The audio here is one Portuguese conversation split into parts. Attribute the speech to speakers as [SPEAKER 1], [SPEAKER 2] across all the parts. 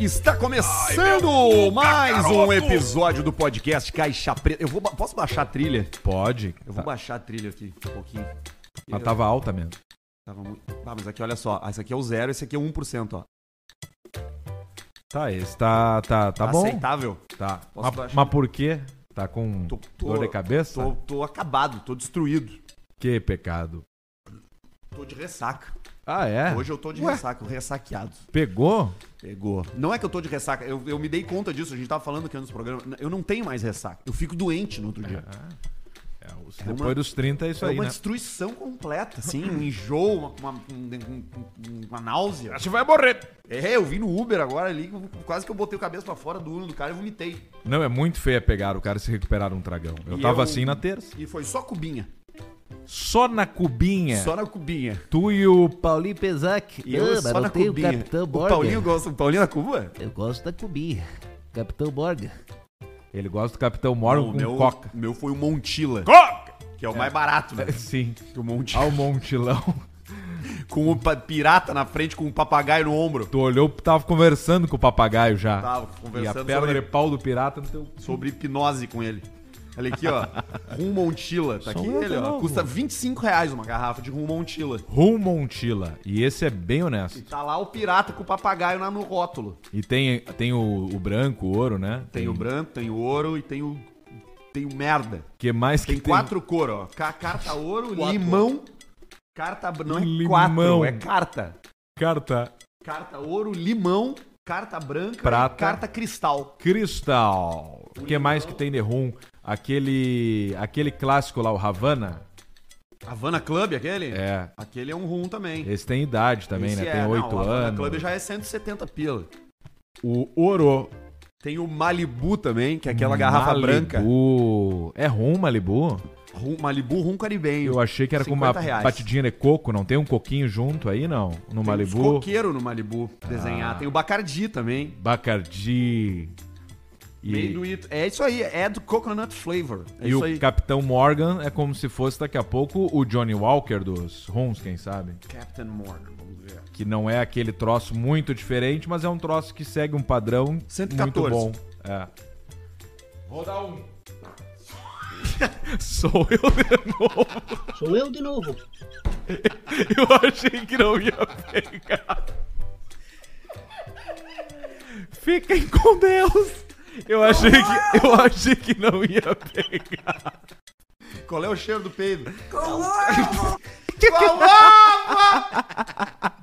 [SPEAKER 1] Está começando mais um episódio do podcast Caixa Preta. Eu vou ba- posso baixar a trilha?
[SPEAKER 2] Pode.
[SPEAKER 1] Eu vou
[SPEAKER 2] Tá- Ah,
[SPEAKER 1] baixar a trilha aqui um pouquinho.
[SPEAKER 2] Mas tava alta mesmo.
[SPEAKER 1] Tava muito... Ah, mas aqui olha só, Ah, esse aqui é o zero, esse aqui é o 1%, ó.
[SPEAKER 2] Tá, esse tá, tá, tá bom.
[SPEAKER 1] Aceitável.
[SPEAKER 2] Tá.
[SPEAKER 1] Posso
[SPEAKER 2] Mas,
[SPEAKER 1] baixar?
[SPEAKER 2] mas por quê? Tá com
[SPEAKER 1] Tô- tô-
[SPEAKER 2] dor de cabeça?
[SPEAKER 1] Tô, tô acabado, tô destruído.
[SPEAKER 2] Que pecado.
[SPEAKER 1] Tô de ressaca.
[SPEAKER 2] Ah, é?
[SPEAKER 1] Hoje eu tô de
[SPEAKER 2] Ué.
[SPEAKER 1] ressaca, ressaqueado.
[SPEAKER 2] Pegou?
[SPEAKER 1] Pegou. Não é que eu tô de ressaca, eu, eu me dei conta disso, a gente tava falando aqui nos programas. Eu não tenho mais ressaca, eu fico doente no outro dia.
[SPEAKER 2] É, os-
[SPEAKER 1] É
[SPEAKER 2] depois
[SPEAKER 1] uma-
[SPEAKER 2] dos 30 é isso
[SPEAKER 1] É
[SPEAKER 2] aí,
[SPEAKER 1] uma
[SPEAKER 2] né?
[SPEAKER 1] destruição completa, assim, um enjoo, uma, uma, um- um- uma náusea.
[SPEAKER 2] Você vai morrer.
[SPEAKER 1] É, eu vi no Uber agora ali, quase que eu botei o cabeça pra fora do urno do cara e vomitei.
[SPEAKER 2] Não, é muito feio pegar o cara e se recuperar de um tragão. Eu
[SPEAKER 1] E
[SPEAKER 2] tava
[SPEAKER 1] eu-
[SPEAKER 2] assim na terça.
[SPEAKER 1] E foi só cubinha.
[SPEAKER 2] Só na cubinha.
[SPEAKER 1] Só na cubinha.
[SPEAKER 2] Tu e o...
[SPEAKER 3] Paulinho Pesac.
[SPEAKER 1] E eu
[SPEAKER 3] Ah, mas
[SPEAKER 1] só
[SPEAKER 3] não
[SPEAKER 1] na
[SPEAKER 3] tem o
[SPEAKER 1] cubinha.
[SPEAKER 3] Capitão
[SPEAKER 1] o
[SPEAKER 3] Borga.
[SPEAKER 1] Paulinho gosta. O Paulinho na cuba?
[SPEAKER 3] Eu gosto da cubinha. Capitão Borga.
[SPEAKER 2] Ele gosta do Capitão Morgan
[SPEAKER 1] o
[SPEAKER 2] com
[SPEAKER 1] meu,
[SPEAKER 2] coca.
[SPEAKER 1] o meu foi o Montila,
[SPEAKER 2] Coca!
[SPEAKER 1] que é o mais barato, né?
[SPEAKER 2] Sim.
[SPEAKER 1] O Montila.
[SPEAKER 2] Ao montilão.
[SPEAKER 1] Com o pa- pirata na frente, com um papagaio no ombro.
[SPEAKER 2] Tu olhou, tava conversando com o papagaio já.
[SPEAKER 1] Tava conversando
[SPEAKER 2] E a perna
[SPEAKER 1] sobre-
[SPEAKER 2] de pau do pirata no teu...
[SPEAKER 1] Sobre hipnose com ele. Olha aqui, ó. Rum Montila. Tá aqui
[SPEAKER 2] um
[SPEAKER 1] ele, ó.
[SPEAKER 2] novo.
[SPEAKER 1] Custa 25 reais uma garrafa de Rum Montila.
[SPEAKER 2] Rum Montila. um E esse é bem
[SPEAKER 1] E
[SPEAKER 2] honesto.
[SPEAKER 1] tá lá o pirata com o papagaio lá no rótulo.
[SPEAKER 2] E tem, tem o, o branco, o ouro, né?
[SPEAKER 1] Tem o branco, tem o ouro e tem o. Tem o merda.
[SPEAKER 2] que mais que
[SPEAKER 1] Tem quatro cor, ó. Ca- Carta ouro, limão. Carta. br- Não é
[SPEAKER 2] Limão.
[SPEAKER 1] quatro, é carta.
[SPEAKER 2] Carta
[SPEAKER 1] Carta ouro, limão, carta branca, e
[SPEAKER 2] Prata.
[SPEAKER 1] carta cristal.
[SPEAKER 2] Cristal. O que mais que tem de rum? Aquele, aquele clássico lá, o Havana.
[SPEAKER 1] Havana Club, aquele?
[SPEAKER 2] É.
[SPEAKER 1] Aquele é um rum também.
[SPEAKER 2] Esse tem idade também,
[SPEAKER 1] Esse
[SPEAKER 2] né?
[SPEAKER 1] é-
[SPEAKER 2] Tem
[SPEAKER 1] não,
[SPEAKER 2] oito
[SPEAKER 1] o Havana
[SPEAKER 2] anos.
[SPEAKER 1] Club já é 170 pila.
[SPEAKER 2] O Oro.
[SPEAKER 1] Tem o Malibu também, que é aquela garrafa branca.
[SPEAKER 2] Malibu. É rum, Malibu?
[SPEAKER 1] Rum- Malibu rum caribenho.
[SPEAKER 2] Eu achei que era com uma
[SPEAKER 1] 50 reais.
[SPEAKER 2] batidinha de coco. Não tem um coquinho junto aí, não? No
[SPEAKER 1] Tem uns
[SPEAKER 2] Malibu.
[SPEAKER 1] coqueiro no Malibu Ah. desenhar. Tem o Bacardi também.
[SPEAKER 2] Bacardi. E...
[SPEAKER 1] Made with... É isso aí, é do coconut flavor. É
[SPEAKER 2] E
[SPEAKER 1] isso
[SPEAKER 2] o
[SPEAKER 1] aí.
[SPEAKER 2] Capitão Morgan é como se fosse daqui a pouco o Johnny Walker dos Runs, quem sabe?
[SPEAKER 1] Captain Morgan, vamos ver.
[SPEAKER 2] Que não é aquele troço muito diferente, mas é um troço que segue um padrão
[SPEAKER 1] 114.
[SPEAKER 2] muito bom. É. Vou dar um. Sou eu de novo.
[SPEAKER 4] Sou eu de novo.
[SPEAKER 2] Eu achei que não ia pegar. Fiquem com Deus. Eu achei que, eu achei que não ia pegar.
[SPEAKER 1] Qual é o cheiro do peido?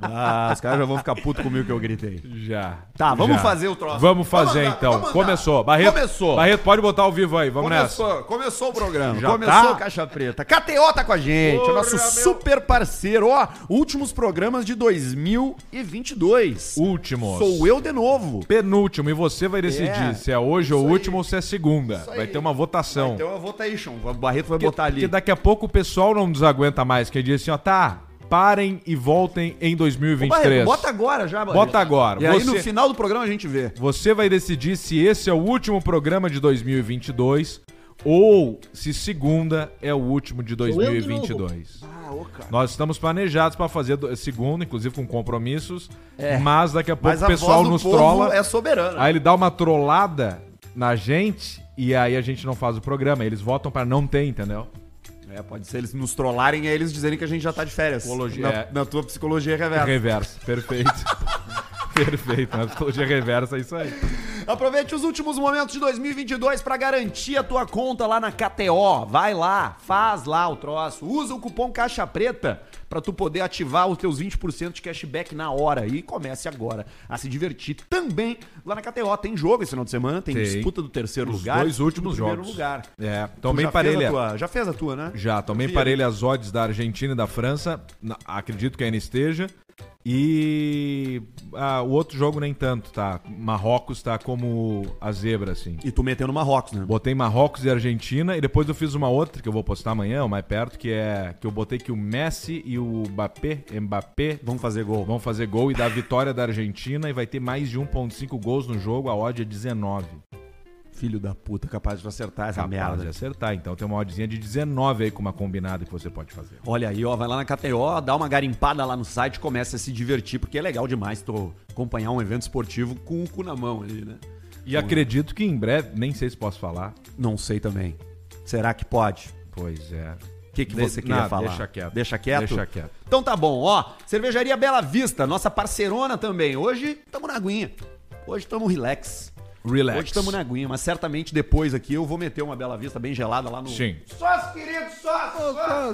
[SPEAKER 1] ah, os caras já vão ficar putos comigo que eu gritei.
[SPEAKER 2] Já.
[SPEAKER 1] Tá, vamos
[SPEAKER 2] Já.
[SPEAKER 1] fazer o troço.
[SPEAKER 2] Vamos fazer
[SPEAKER 1] andar,
[SPEAKER 2] então.
[SPEAKER 1] vamos andar.
[SPEAKER 2] Começou. Barreto,
[SPEAKER 1] Começou.
[SPEAKER 2] Barreto, pode botar ao vivo aí. Vamos nessa.
[SPEAKER 1] Começou, começou o programa.
[SPEAKER 2] Já
[SPEAKER 1] começou
[SPEAKER 2] tá?
[SPEAKER 1] o Caixa Preta. KTO tá com a gente,
[SPEAKER 2] Porra,
[SPEAKER 1] o nosso
[SPEAKER 2] meu.
[SPEAKER 1] super parceiro. Ó, últimos programas de 2022.
[SPEAKER 2] Últimos.
[SPEAKER 1] Sou eu de novo.
[SPEAKER 2] Penúltimo. E você vai decidir
[SPEAKER 1] É.
[SPEAKER 2] se é hoje ou
[SPEAKER 1] Isso aí.
[SPEAKER 2] último ou se é segunda.
[SPEAKER 1] Isso
[SPEAKER 2] Vai
[SPEAKER 1] aí.
[SPEAKER 2] ter uma votação.
[SPEAKER 1] Então eu votation. O Barreto vai
[SPEAKER 2] Porque-
[SPEAKER 1] botar ali.
[SPEAKER 2] Porque daqui a pouco o pessoal não nos aguenta mais. Que diz assim, ó, tá, parem e voltem em
[SPEAKER 1] Ô, Barreto,
[SPEAKER 2] 2023.
[SPEAKER 1] bota agora já, Barreto.
[SPEAKER 2] Bota agora.
[SPEAKER 1] E aí no
[SPEAKER 2] Você-
[SPEAKER 1] final do programa a gente vê.
[SPEAKER 2] Você vai decidir se esse é o último programa de 2022 ou se segunda é o último de
[SPEAKER 4] eu de
[SPEAKER 2] 2022.
[SPEAKER 1] Ah, ô, cara.
[SPEAKER 2] Nós estamos planejados para fazer do- segunda, inclusive com compromissos, mas daqui a pouco
[SPEAKER 1] É. Mas
[SPEAKER 2] o
[SPEAKER 1] a
[SPEAKER 2] pessoal
[SPEAKER 1] voz do
[SPEAKER 2] nos
[SPEAKER 1] povo
[SPEAKER 2] trola,
[SPEAKER 1] é soberana.
[SPEAKER 2] aí ele dá uma trollada na gente e aí a gente não faz o programa, eles votam para não ter, entendeu?
[SPEAKER 1] É, pode ser eles nos trollarem e aí eles dizerem que a gente já tá de férias.
[SPEAKER 2] Psicologia-
[SPEAKER 1] Na,
[SPEAKER 2] é.
[SPEAKER 1] na tua psicologia reversa.
[SPEAKER 2] Reverso, perfeito. perfeito, na psicologia reversa é isso aí.
[SPEAKER 1] Aproveite os últimos momentos de 2022 para garantir a tua conta lá na KTO. Vai lá, faz lá o troço. Usa o cupom Caixa Preta para tu poder ativar os teus 20% de cashback na hora e comece agora a se divertir também lá na KTO. Tem jogo esse final de semana, tem,
[SPEAKER 2] Tem.
[SPEAKER 1] disputa do terceiro
[SPEAKER 2] Os
[SPEAKER 1] lugar,
[SPEAKER 2] dois últimos
[SPEAKER 1] do primeiro
[SPEAKER 2] jogos.
[SPEAKER 1] lugar.
[SPEAKER 2] É,
[SPEAKER 1] Tu
[SPEAKER 2] tomei
[SPEAKER 1] já fez a
[SPEAKER 2] parelha.
[SPEAKER 1] tua- Já fez a tua, né?
[SPEAKER 2] Já, tomei
[SPEAKER 1] vi
[SPEAKER 2] parelho as odds da Argentina e da França. na- Acredito que ainda esteja. E ah, o outro jogo nem tanto, tá? Marrocos tá como a zebra, assim.
[SPEAKER 1] E tu meteu no Marrocos, né?
[SPEAKER 2] Botei Marrocos e Argentina e depois eu fiz uma outra que eu vou postar amanhã, ou mais perto, que é que eu botei que o Messi e o Mbappé, Mbappé
[SPEAKER 1] Vamos fazer gol.
[SPEAKER 2] vão fazer gol e um dar a vitória da Argentina e vai ter mais de 1.5 gols no jogo, a odd é 19.
[SPEAKER 1] filho da puta capaz de acertar essa
[SPEAKER 2] Capaz
[SPEAKER 1] merda.
[SPEAKER 2] de acertar. Então tem uma oddzinha de 19 aí com uma combinada que você pode fazer.
[SPEAKER 1] Olha aí, ó, vai lá na KTO, dá uma garimpada lá no site, começa a se divertir, porque é legal demais tu acompanhar um evento esportivo com o cu na mão ali, né?
[SPEAKER 2] E acredito que em breve, nem sei se posso falar.
[SPEAKER 1] Não sei também. Será que pode?
[SPEAKER 2] Pois é.
[SPEAKER 1] O que, que
[SPEAKER 2] De-
[SPEAKER 1] você queria
[SPEAKER 2] não,
[SPEAKER 1] falar?
[SPEAKER 2] deixa quieto.
[SPEAKER 1] Deixa quieto?
[SPEAKER 2] Deixa quieto.
[SPEAKER 1] Então tá bom, ó. Cervejaria Bela Vista, nossa parceirona também. Hoje tamo na aguinha. Hoje tamo relax.
[SPEAKER 2] Relax.
[SPEAKER 1] Hoje tamo na aguinha, mas certamente depois aqui eu vou meter uma Bela Vista bem gelada lá no...
[SPEAKER 2] Sim.
[SPEAKER 1] Sós, querido, sós,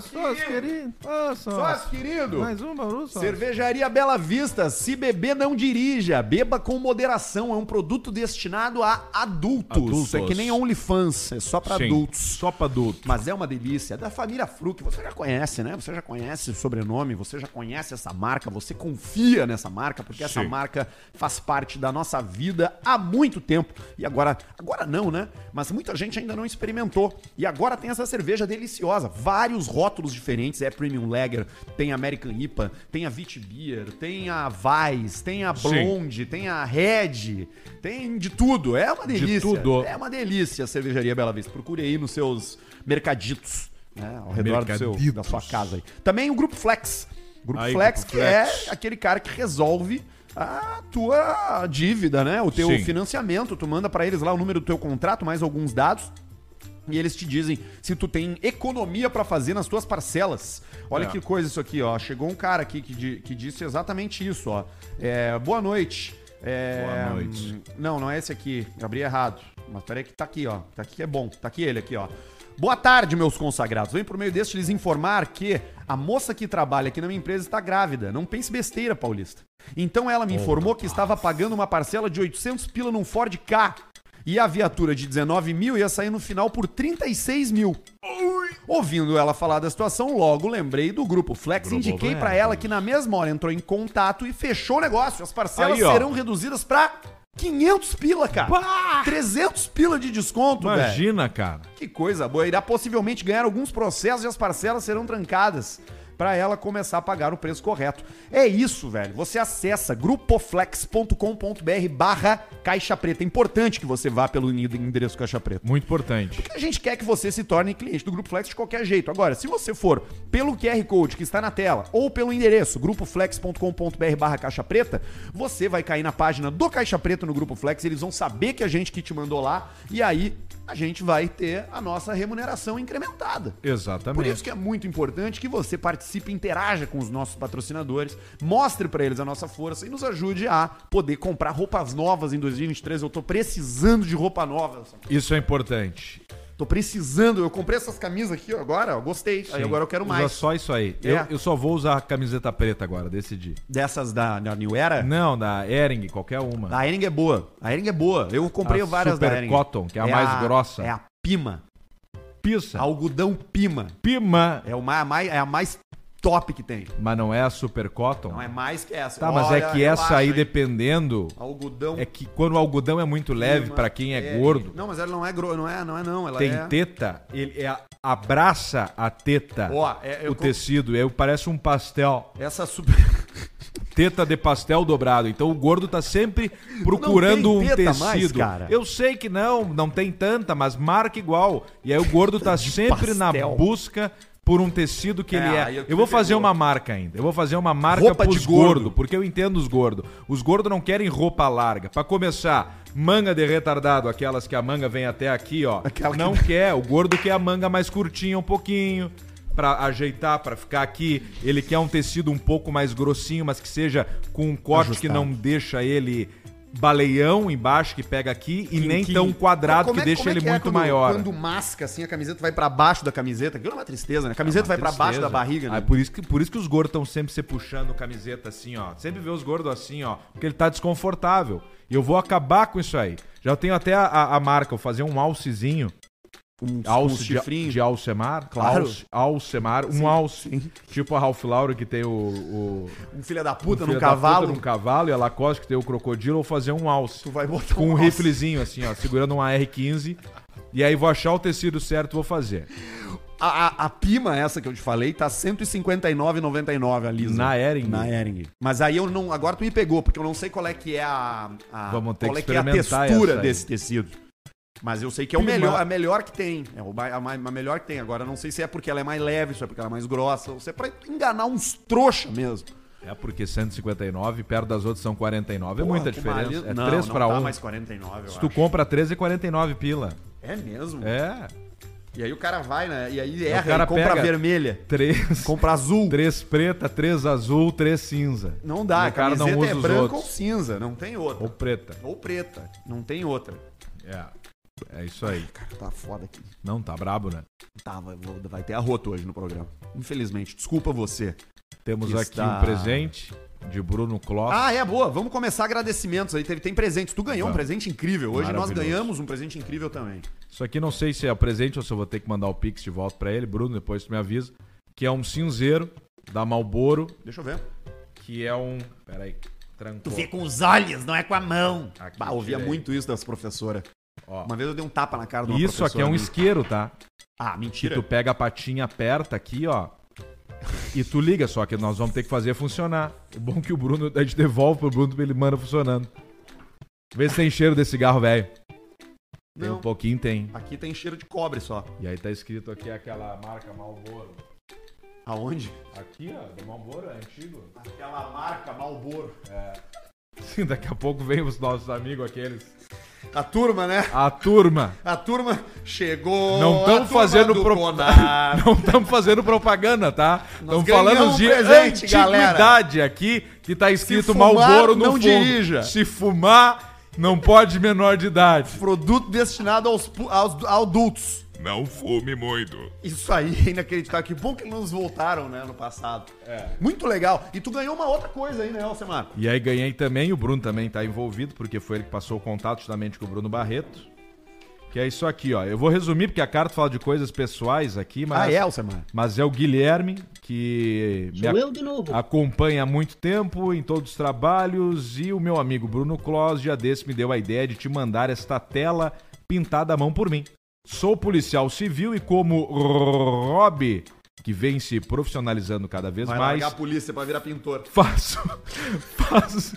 [SPEAKER 1] sós, querido. Sós,
[SPEAKER 2] Só
[SPEAKER 1] querido.
[SPEAKER 2] Mais um, Bauru, só.
[SPEAKER 1] Cervejaria Bela Vista, se beber não dirija, beba com moderação, é um produto destinado a adultos.
[SPEAKER 2] Adultos.
[SPEAKER 1] É que nem OnlyFans, é só pra
[SPEAKER 2] Sim,
[SPEAKER 1] adultos.
[SPEAKER 2] Só pra adulto.
[SPEAKER 1] Mas é uma delícia, é da família Fruc, você já conhece, né? Você já conhece o sobrenome, você já conhece essa marca, você confia nessa marca, porque essa
[SPEAKER 2] Sim.
[SPEAKER 1] marca faz parte da nossa vida há muito tempo. E agora, agora não, né? Mas muita gente ainda não experimentou. E agora tem essa cerveja deliciosa, vários rótulos diferentes, é Premium Lager, tem American IPA, tem a Vitbeer, tem a Weiss, tem a
[SPEAKER 2] Sim.
[SPEAKER 1] Blonde, tem a Red, tem de tudo. É uma delícia.
[SPEAKER 2] tudo.
[SPEAKER 1] É uma delícia a cervejaria Bela Vista. Procure aí nos seus mercaditos, né? Ao redor do seu,
[SPEAKER 2] Mercaditos.
[SPEAKER 1] da sua casa aí. Também o Grupo Flex. Grupo
[SPEAKER 2] Aí,
[SPEAKER 1] Flex,
[SPEAKER 2] Grupo
[SPEAKER 1] que
[SPEAKER 2] Flex.
[SPEAKER 1] é aquele cara que resolve a tua dívida, né? O teu
[SPEAKER 2] Sim.
[SPEAKER 1] financiamento. Tu manda pra eles lá o número do teu contrato, mais alguns dados. E eles te dizem se tu tem economia pra fazer nas tuas parcelas. Olha
[SPEAKER 2] É.
[SPEAKER 1] que coisa isso aqui, ó. Chegou um cara aqui que, di- que disse exatamente isso, ó. É, boa noite. É,
[SPEAKER 2] Boa noite.
[SPEAKER 1] Não, não é esse aqui. Abri errado. Mas peraí que tá aqui, ó. Tá aqui que é bom. Tá aqui ele aqui, ó. Boa tarde, meus consagrados. Venho por meio deste lhes informar que a moça que trabalha aqui na minha empresa está grávida. Não pense besteira, Paulista. Então ela me informou que estava pagando uma parcela de 800 pila num Ford K. E a viatura de 19 mil ia sair no final por 36 mil. Ouvindo ela falar da situação, logo lembrei do grupo Flex.
[SPEAKER 2] Grupo
[SPEAKER 1] indiquei
[SPEAKER 2] Flex.
[SPEAKER 1] pra ela que na mesma hora entrou em contato e fechou o negócio. As parcelas
[SPEAKER 2] Aí, ó.
[SPEAKER 1] serão reduzidas pra 500 pila, cara. 300 pila de desconto, velho.
[SPEAKER 2] Imagina, cara.
[SPEAKER 1] Que coisa boa. Irá possivelmente ganhar alguns processos e as parcelas serão trancadas para ela começar a pagar o preço correto. É isso, velho. Você acessa grupoflex.com.br barra Caixa Preta. É importante que você vá pelo endereço Caixa Preta.
[SPEAKER 2] Muito importante.
[SPEAKER 1] A gente quer que você se torne cliente do Grupo Flex de qualquer jeito. Agora, se você for pelo QR Code que está na tela ou pelo endereço grupoflex.com.br barra caixa preta, você vai cair na página do Caixa Preta no Grupo Flex, eles vão saber que a gente que te mandou lá e aí a gente vai ter a nossa remuneração incrementada. Por
[SPEAKER 2] Exatamente.
[SPEAKER 1] isso que é muito importante que você participe, interaja com os nossos patrocinadores, mostre pra eles a nossa força e nos ajude a poder comprar roupas novas em 2023. Eu tô precisando de roupa nova. Sabe?
[SPEAKER 2] Isso é importante.
[SPEAKER 1] Tô precisando, eu comprei essas camisas aqui ó, agora, ó, gostei. Aí agora eu quero
[SPEAKER 2] Usa
[SPEAKER 1] mais.
[SPEAKER 2] só isso aí.
[SPEAKER 1] É.
[SPEAKER 2] Eu, eu só vou usar a camiseta preta agora, decidi.
[SPEAKER 1] Dessas da, da New Era?
[SPEAKER 2] Não, da Ering, qualquer uma.
[SPEAKER 1] A Ering é boa. A Ering é boa. Eu comprei
[SPEAKER 2] A
[SPEAKER 1] várias
[SPEAKER 2] Tá Super
[SPEAKER 1] da Ering.
[SPEAKER 2] Cotton, que é a mais grossa. Tá.
[SPEAKER 1] É a Pima.
[SPEAKER 2] Pisa.
[SPEAKER 1] Algodão Pima.
[SPEAKER 2] Pima.
[SPEAKER 1] É, uma, a mais, é a mais top que tem.
[SPEAKER 2] Mas não é a Super Cotton?
[SPEAKER 1] Não é mais que essa.
[SPEAKER 2] Tá, mas é
[SPEAKER 1] Olha,
[SPEAKER 2] que essa
[SPEAKER 1] relaxa,
[SPEAKER 2] aí,
[SPEAKER 1] hein.
[SPEAKER 2] dependendo,
[SPEAKER 1] Algodão
[SPEAKER 2] é que quando o algodão é muito leve
[SPEAKER 1] Pima,
[SPEAKER 2] pra quem é,
[SPEAKER 1] é-
[SPEAKER 2] gordo,
[SPEAKER 1] Não, mas ela não é gro... não é, não é não, ela
[SPEAKER 2] tem
[SPEAKER 1] é...
[SPEAKER 2] teta, ele é- abraça a teta,
[SPEAKER 1] Ó, é- eu
[SPEAKER 2] o
[SPEAKER 1] com-
[SPEAKER 2] tecido, é, parece um pastel,
[SPEAKER 1] Essa super
[SPEAKER 2] teta de pastel dobrado. Então o gordo tá sempre procurando
[SPEAKER 1] Não
[SPEAKER 2] um
[SPEAKER 1] tem teta
[SPEAKER 2] tecido.
[SPEAKER 1] mais, cara.
[SPEAKER 2] Eu sei que não, não tem tanta, mas marca igual. E aí o gordo tá sempre na
[SPEAKER 1] pastel.
[SPEAKER 2] busca por um tecido que
[SPEAKER 1] É,
[SPEAKER 2] ele
[SPEAKER 1] aí
[SPEAKER 2] é.
[SPEAKER 1] eu
[SPEAKER 2] Eu,
[SPEAKER 1] que
[SPEAKER 2] vou
[SPEAKER 1] me
[SPEAKER 2] fazer
[SPEAKER 1] pegou.
[SPEAKER 2] uma marca ainda. Eu vou fazer uma marca
[SPEAKER 1] Roupa de
[SPEAKER 2] pros
[SPEAKER 1] gordo.
[SPEAKER 2] gordo, porque eu entendo os gordos. Os gordos não querem roupa larga. Pra começar, manga de retardado, aquelas que a manga vem até aqui, ó.
[SPEAKER 1] Aquela que-
[SPEAKER 2] não quer, o gordo quer a manga mais curtinha um pouquinho. Pra ajeitar, pra ficar aqui. Ele quer um tecido um pouco mais grossinho, mas que seja com um corte que não deixa ele baleião embaixo, que pega aqui, e nem tão quadrado,
[SPEAKER 1] Como
[SPEAKER 2] que
[SPEAKER 1] é-
[SPEAKER 2] deixa
[SPEAKER 1] como é
[SPEAKER 2] ele
[SPEAKER 1] que é
[SPEAKER 2] muito
[SPEAKER 1] quando-
[SPEAKER 2] maior.
[SPEAKER 1] Quando masca, assim, a camiseta vai pra baixo da camiseta. Aquilo é uma tristeza, né? A camiseta vai pra baixo da
[SPEAKER 2] Tristeza.
[SPEAKER 1] barriga, né?
[SPEAKER 2] Ah, por, isso que, por isso que os gordos estão sempre se puxando camiseta assim, ó. Sempre vê os gordos assim, ó. Porque ele tá desconfortável. E eu vou acabar com isso aí. Já tenho até a, a- a marca, vou fazer um alcezinho.
[SPEAKER 1] Um,
[SPEAKER 2] Alce de, de alcemar.
[SPEAKER 1] Claro.
[SPEAKER 2] Alce, alcemar. Um alce. Tipo a Ralph Lauren que tem o... o
[SPEAKER 1] um filho da puta
[SPEAKER 2] um
[SPEAKER 1] num
[SPEAKER 2] filho da
[SPEAKER 1] cavalo.
[SPEAKER 2] puta num cavalo. E a Lacoste que tem o crocodilo. Vou fazer um alce.
[SPEAKER 1] Tu vai botar
[SPEAKER 2] Com um
[SPEAKER 1] alce.
[SPEAKER 2] riflezinho assim, ó. Segurando um AR-15. E aí vou achar o tecido certo, vou fazer.
[SPEAKER 1] A, a- a pima, essa que eu te falei, tá 159,99 a lisa.
[SPEAKER 2] Na Hering.
[SPEAKER 1] Na Hering. Mas aí eu não. Agora tu me pegou, porque eu não sei qual é que é a. a
[SPEAKER 2] Vamos ter
[SPEAKER 1] qual
[SPEAKER 2] que
[SPEAKER 1] é que é a
[SPEAKER 2] experimentar
[SPEAKER 1] textura
[SPEAKER 2] essa aí.
[SPEAKER 1] desse tecido. Mas eu sei que é o
[SPEAKER 2] Prima.
[SPEAKER 1] melhor, a melhor que tem. É o ba- a, mai- a melhor que tem. Agora não sei se é porque ela é mais leve, se é porque ela é mais grossa, ou se é pra enganar uns trouxa mesmo.
[SPEAKER 2] É porque 159 perto das outras são 49. é
[SPEAKER 1] Porra,
[SPEAKER 2] muita
[SPEAKER 1] com uma
[SPEAKER 2] diferença.
[SPEAKER 1] ali-
[SPEAKER 2] É
[SPEAKER 1] não,
[SPEAKER 2] 3
[SPEAKER 1] não
[SPEAKER 2] para
[SPEAKER 1] dá
[SPEAKER 2] 1.
[SPEAKER 1] mais 49, eu
[SPEAKER 2] Se
[SPEAKER 1] acho.
[SPEAKER 2] tu compra 13 é 49 pila.
[SPEAKER 1] É mesmo?
[SPEAKER 2] É.
[SPEAKER 1] E aí o cara vai, né? E aí erra,
[SPEAKER 2] cara
[SPEAKER 1] e compra
[SPEAKER 2] pega-
[SPEAKER 1] vermelha.
[SPEAKER 2] 3.
[SPEAKER 1] Compra azul.
[SPEAKER 2] Três preta, três azul, três cinza.
[SPEAKER 1] Não dá,
[SPEAKER 2] E
[SPEAKER 1] a
[SPEAKER 2] o cara
[SPEAKER 1] camiseta
[SPEAKER 2] não usa
[SPEAKER 1] é
[SPEAKER 2] os
[SPEAKER 1] branca
[SPEAKER 2] outros.
[SPEAKER 1] ou cinza, não tem outra.
[SPEAKER 2] Ou preta.
[SPEAKER 1] Ou preta, não tem outra.
[SPEAKER 2] É. É isso aí.
[SPEAKER 1] Cara, tá foda aqui.
[SPEAKER 2] Não, tá brabo, né?
[SPEAKER 1] Tá, vai, vou- vai ter arroto hoje no programa. Infelizmente, desculpa você.
[SPEAKER 2] Temos
[SPEAKER 1] Está-
[SPEAKER 2] aqui um presente de Bruno Kloss.
[SPEAKER 1] Ah, é, boa. Vamos começar agradecimentos aí. Teve, tem presentes. Tu ganhou um
[SPEAKER 2] Tá.
[SPEAKER 1] presente incrível. Hoje nós
[SPEAKER 2] Maravilhoso.
[SPEAKER 1] ganhamos um presente incrível também.
[SPEAKER 2] Isso aqui não sei se é presente ou se eu vou ter que mandar o Pix de volta pra ele. Bruno, depois tu me avisa. Que é um cinzeiro da Malboro,
[SPEAKER 1] Deixa eu ver.
[SPEAKER 2] que é um... Peraí, trancou.
[SPEAKER 3] com os olhos, não é com a mão.
[SPEAKER 2] Aqui,
[SPEAKER 1] Bah, ouvia
[SPEAKER 2] tirei.
[SPEAKER 1] muito isso das professoras.
[SPEAKER 2] Ó.
[SPEAKER 1] Uma vez eu dei um tapa na cara de uma
[SPEAKER 2] E isso aqui é
[SPEAKER 1] professora
[SPEAKER 2] um
[SPEAKER 1] minha.
[SPEAKER 2] isqueiro, tá?
[SPEAKER 1] Ah,
[SPEAKER 2] Que
[SPEAKER 1] mentira.
[SPEAKER 2] tu pega a patinha, aperta aqui, ó. E tu liga, só que nós vamos ter que fazer funcionar. O bom é que o Bruno, a gente devolve pro Bruno, ele manda funcionando. Vê se tem cheiro desse cigarro, velho. Tem
[SPEAKER 1] Não.
[SPEAKER 2] um pouquinho, tem.
[SPEAKER 1] Aqui tem cheiro de cobre só.
[SPEAKER 2] E aí tá escrito aqui aquela marca Malboro.
[SPEAKER 1] Aonde?
[SPEAKER 2] Aqui, ó, do Malboro, é antigo.
[SPEAKER 1] Aquela marca Malboro.
[SPEAKER 2] Sim, daqui a pouco vem os nossos amigos aqueles.
[SPEAKER 1] A turma, né?
[SPEAKER 2] A turma.
[SPEAKER 1] A turma chegou.
[SPEAKER 2] Não
[SPEAKER 1] a turma
[SPEAKER 2] estamos fazendo
[SPEAKER 1] do
[SPEAKER 2] pro-
[SPEAKER 1] Conar.
[SPEAKER 2] Não estamos fazendo propaganda, tá? Estamos
[SPEAKER 1] ganhamos
[SPEAKER 2] falando de
[SPEAKER 1] um presente,
[SPEAKER 2] antiguidade aqui, que tá escrito
[SPEAKER 1] fumar,
[SPEAKER 2] Malboro no
[SPEAKER 1] não
[SPEAKER 2] fundo.
[SPEAKER 1] dirija.
[SPEAKER 2] Se fumar, não pode menor de idade.
[SPEAKER 1] Produto destinado aos, pu- aos aos adultos.
[SPEAKER 4] Não fume muito.
[SPEAKER 1] Isso aí é inacreditável. Que bom que eles nos voltaram, né, no passado.
[SPEAKER 2] É.
[SPEAKER 1] Muito legal. E tu ganhou uma outra coisa aí, né, Alcemar?
[SPEAKER 2] E aí ganhei também, o Bruno também tá envolvido, porque foi ele que passou o contato justamente com o Bruno Barreto. Que é isso aqui, ó. Eu vou resumir, porque a carta fala de coisas pessoais aqui, mas...
[SPEAKER 1] Ah, Alcemar.
[SPEAKER 2] Mas é o Guilherme, que me
[SPEAKER 5] Sou
[SPEAKER 2] ac-
[SPEAKER 5] eu de novo.
[SPEAKER 2] acompanha há muito tempo em todos os trabalhos e o meu amigo Bruno Clos já desse me deu a ideia de te mandar esta tela pintada à mão por mim. Sou policial civil e como Rob, que vem se profissionalizando cada vez
[SPEAKER 1] Vai
[SPEAKER 2] mais,
[SPEAKER 1] largar a polícia pra virar pintor.
[SPEAKER 2] faço, faço,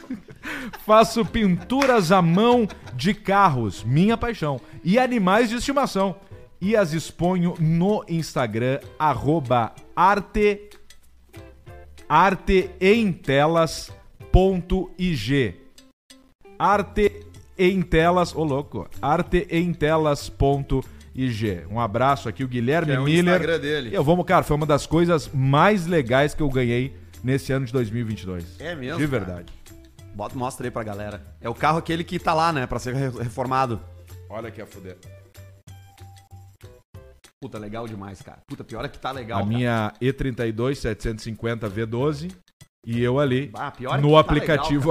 [SPEAKER 2] faço pinturas à mão de carros, minha paixão, e animais de estimação. E as exponho no Instagram, arroba arte, arteemtelas.ig. Arte em telas, ô louco, arteemtelas.ig. Um abraço aqui, o Guilherme
[SPEAKER 1] Que é o
[SPEAKER 2] Miller.
[SPEAKER 1] Instagram dele.
[SPEAKER 2] E eu vou, cara, foi uma das coisas mais legais que eu ganhei nesse ano de 2022.
[SPEAKER 1] É mesmo,
[SPEAKER 2] De
[SPEAKER 1] cara?
[SPEAKER 2] verdade.
[SPEAKER 1] Bota, mostra aí pra galera. É o carro aquele que tá lá, né, pra ser re- reformado.
[SPEAKER 2] Olha que a fuder.
[SPEAKER 1] Puta, legal demais, cara. Puta, pior é que tá legal.
[SPEAKER 2] A
[SPEAKER 1] cara.
[SPEAKER 2] minha E32 750 V12 e eu ali
[SPEAKER 1] Ah, pior é que
[SPEAKER 2] no
[SPEAKER 1] tá
[SPEAKER 2] aplicativo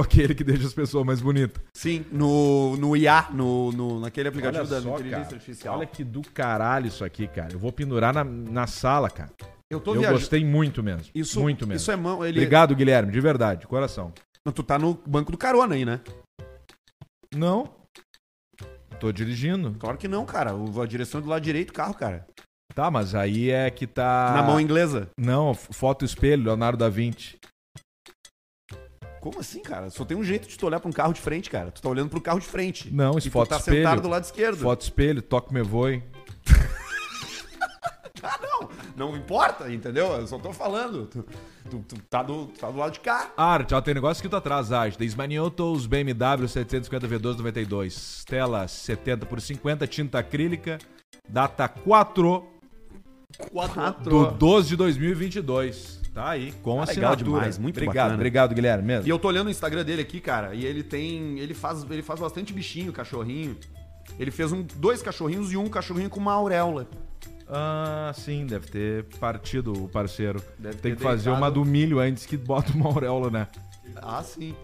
[SPEAKER 1] legal,
[SPEAKER 2] aquele que deixa as pessoas mais bonitas.
[SPEAKER 1] Sim, no, no IA, no, no, naquele aplicativo da inteligência artificial.
[SPEAKER 2] Olha que do caralho isso aqui, cara. Eu vou pendurar na, na sala, cara.
[SPEAKER 1] eu tô
[SPEAKER 2] Eu
[SPEAKER 1] viajando.
[SPEAKER 2] gostei muito mesmo.
[SPEAKER 1] Isso,
[SPEAKER 2] muito mesmo.
[SPEAKER 1] Isso é mão. Ele...
[SPEAKER 2] Obrigado, Guilherme, de verdade, coração.
[SPEAKER 1] Tu tá no banco do carona aí, né?
[SPEAKER 2] Não. Tô dirigindo.
[SPEAKER 1] Claro que não, cara. O- A direção é do lado direito do carro, cara.
[SPEAKER 2] Tá, mas aí é que tá.
[SPEAKER 1] Na mão inglesa.
[SPEAKER 2] Não, f- foto espelho, Leonardo da Vinci.
[SPEAKER 1] Como assim, cara? Só tem um jeito de tu olhar pra um carro de frente, cara. Tu tá olhando pro carro de frente.
[SPEAKER 2] Não,
[SPEAKER 1] e
[SPEAKER 2] isso
[SPEAKER 1] tu
[SPEAKER 2] foto
[SPEAKER 1] tá
[SPEAKER 2] espelho.
[SPEAKER 1] sentado do lado esquerdo.
[SPEAKER 2] Foto espelho, toque me voe.
[SPEAKER 1] Ah, não. Não importa, entendeu? Eu só tô falando. Tu, tu- tu tá, do, tu tá do lado de cá.
[SPEAKER 2] Arte, ó, tem um negócio escrito atrás, arte. The Smaniotos BMW 750 V12 92. Tela 70 por 50, tinta acrílica. Data 4 do 12 de 2022. Tá aí, com
[SPEAKER 1] Ah, legal
[SPEAKER 2] a assinatura.
[SPEAKER 1] demais, muito
[SPEAKER 2] obrigado,
[SPEAKER 1] bacana.
[SPEAKER 2] obrigado, Guilherme. Mesmo.
[SPEAKER 1] E eu tô olhando o Instagram dele aqui, cara, e ele tem. Ele faz, ele faz bastante bichinho, cachorrinho. Ele fez um, dois cachorrinhos e um cachorrinho com uma auréola.
[SPEAKER 2] Ah, sim, deve ter partido o parceiro.
[SPEAKER 1] Deve
[SPEAKER 2] tem
[SPEAKER 1] ter
[SPEAKER 2] que fazer
[SPEAKER 1] deitado.
[SPEAKER 2] uma do milho antes que bota uma auréola, né?
[SPEAKER 1] Ah, sim.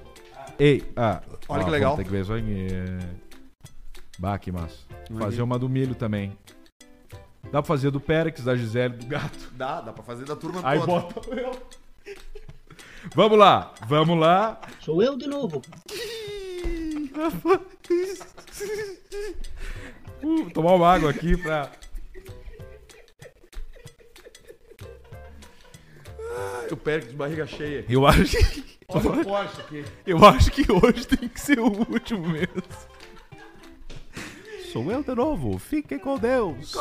[SPEAKER 2] Ei, ah,
[SPEAKER 1] Olha
[SPEAKER 2] ó,
[SPEAKER 1] que legal.
[SPEAKER 2] Tem que ver isso aqui. Bah, que massa. Fazer uma do milho também. Dá pra fazer do Pérex, da Gisele, do gato.
[SPEAKER 1] Dá, dá pra fazer da turma
[SPEAKER 2] Aí bota eu. Vamos lá, vamos lá.
[SPEAKER 5] Sou eu de novo.
[SPEAKER 2] Uh, vou tomar uma água aqui pra.
[SPEAKER 1] Eu perco de barriga cheia.
[SPEAKER 2] Eu acho que.
[SPEAKER 1] Olha o Porsche aqui.
[SPEAKER 2] Eu acho que hoje tem que ser o último mesmo. sou eu de novo. Fiquem com Deus.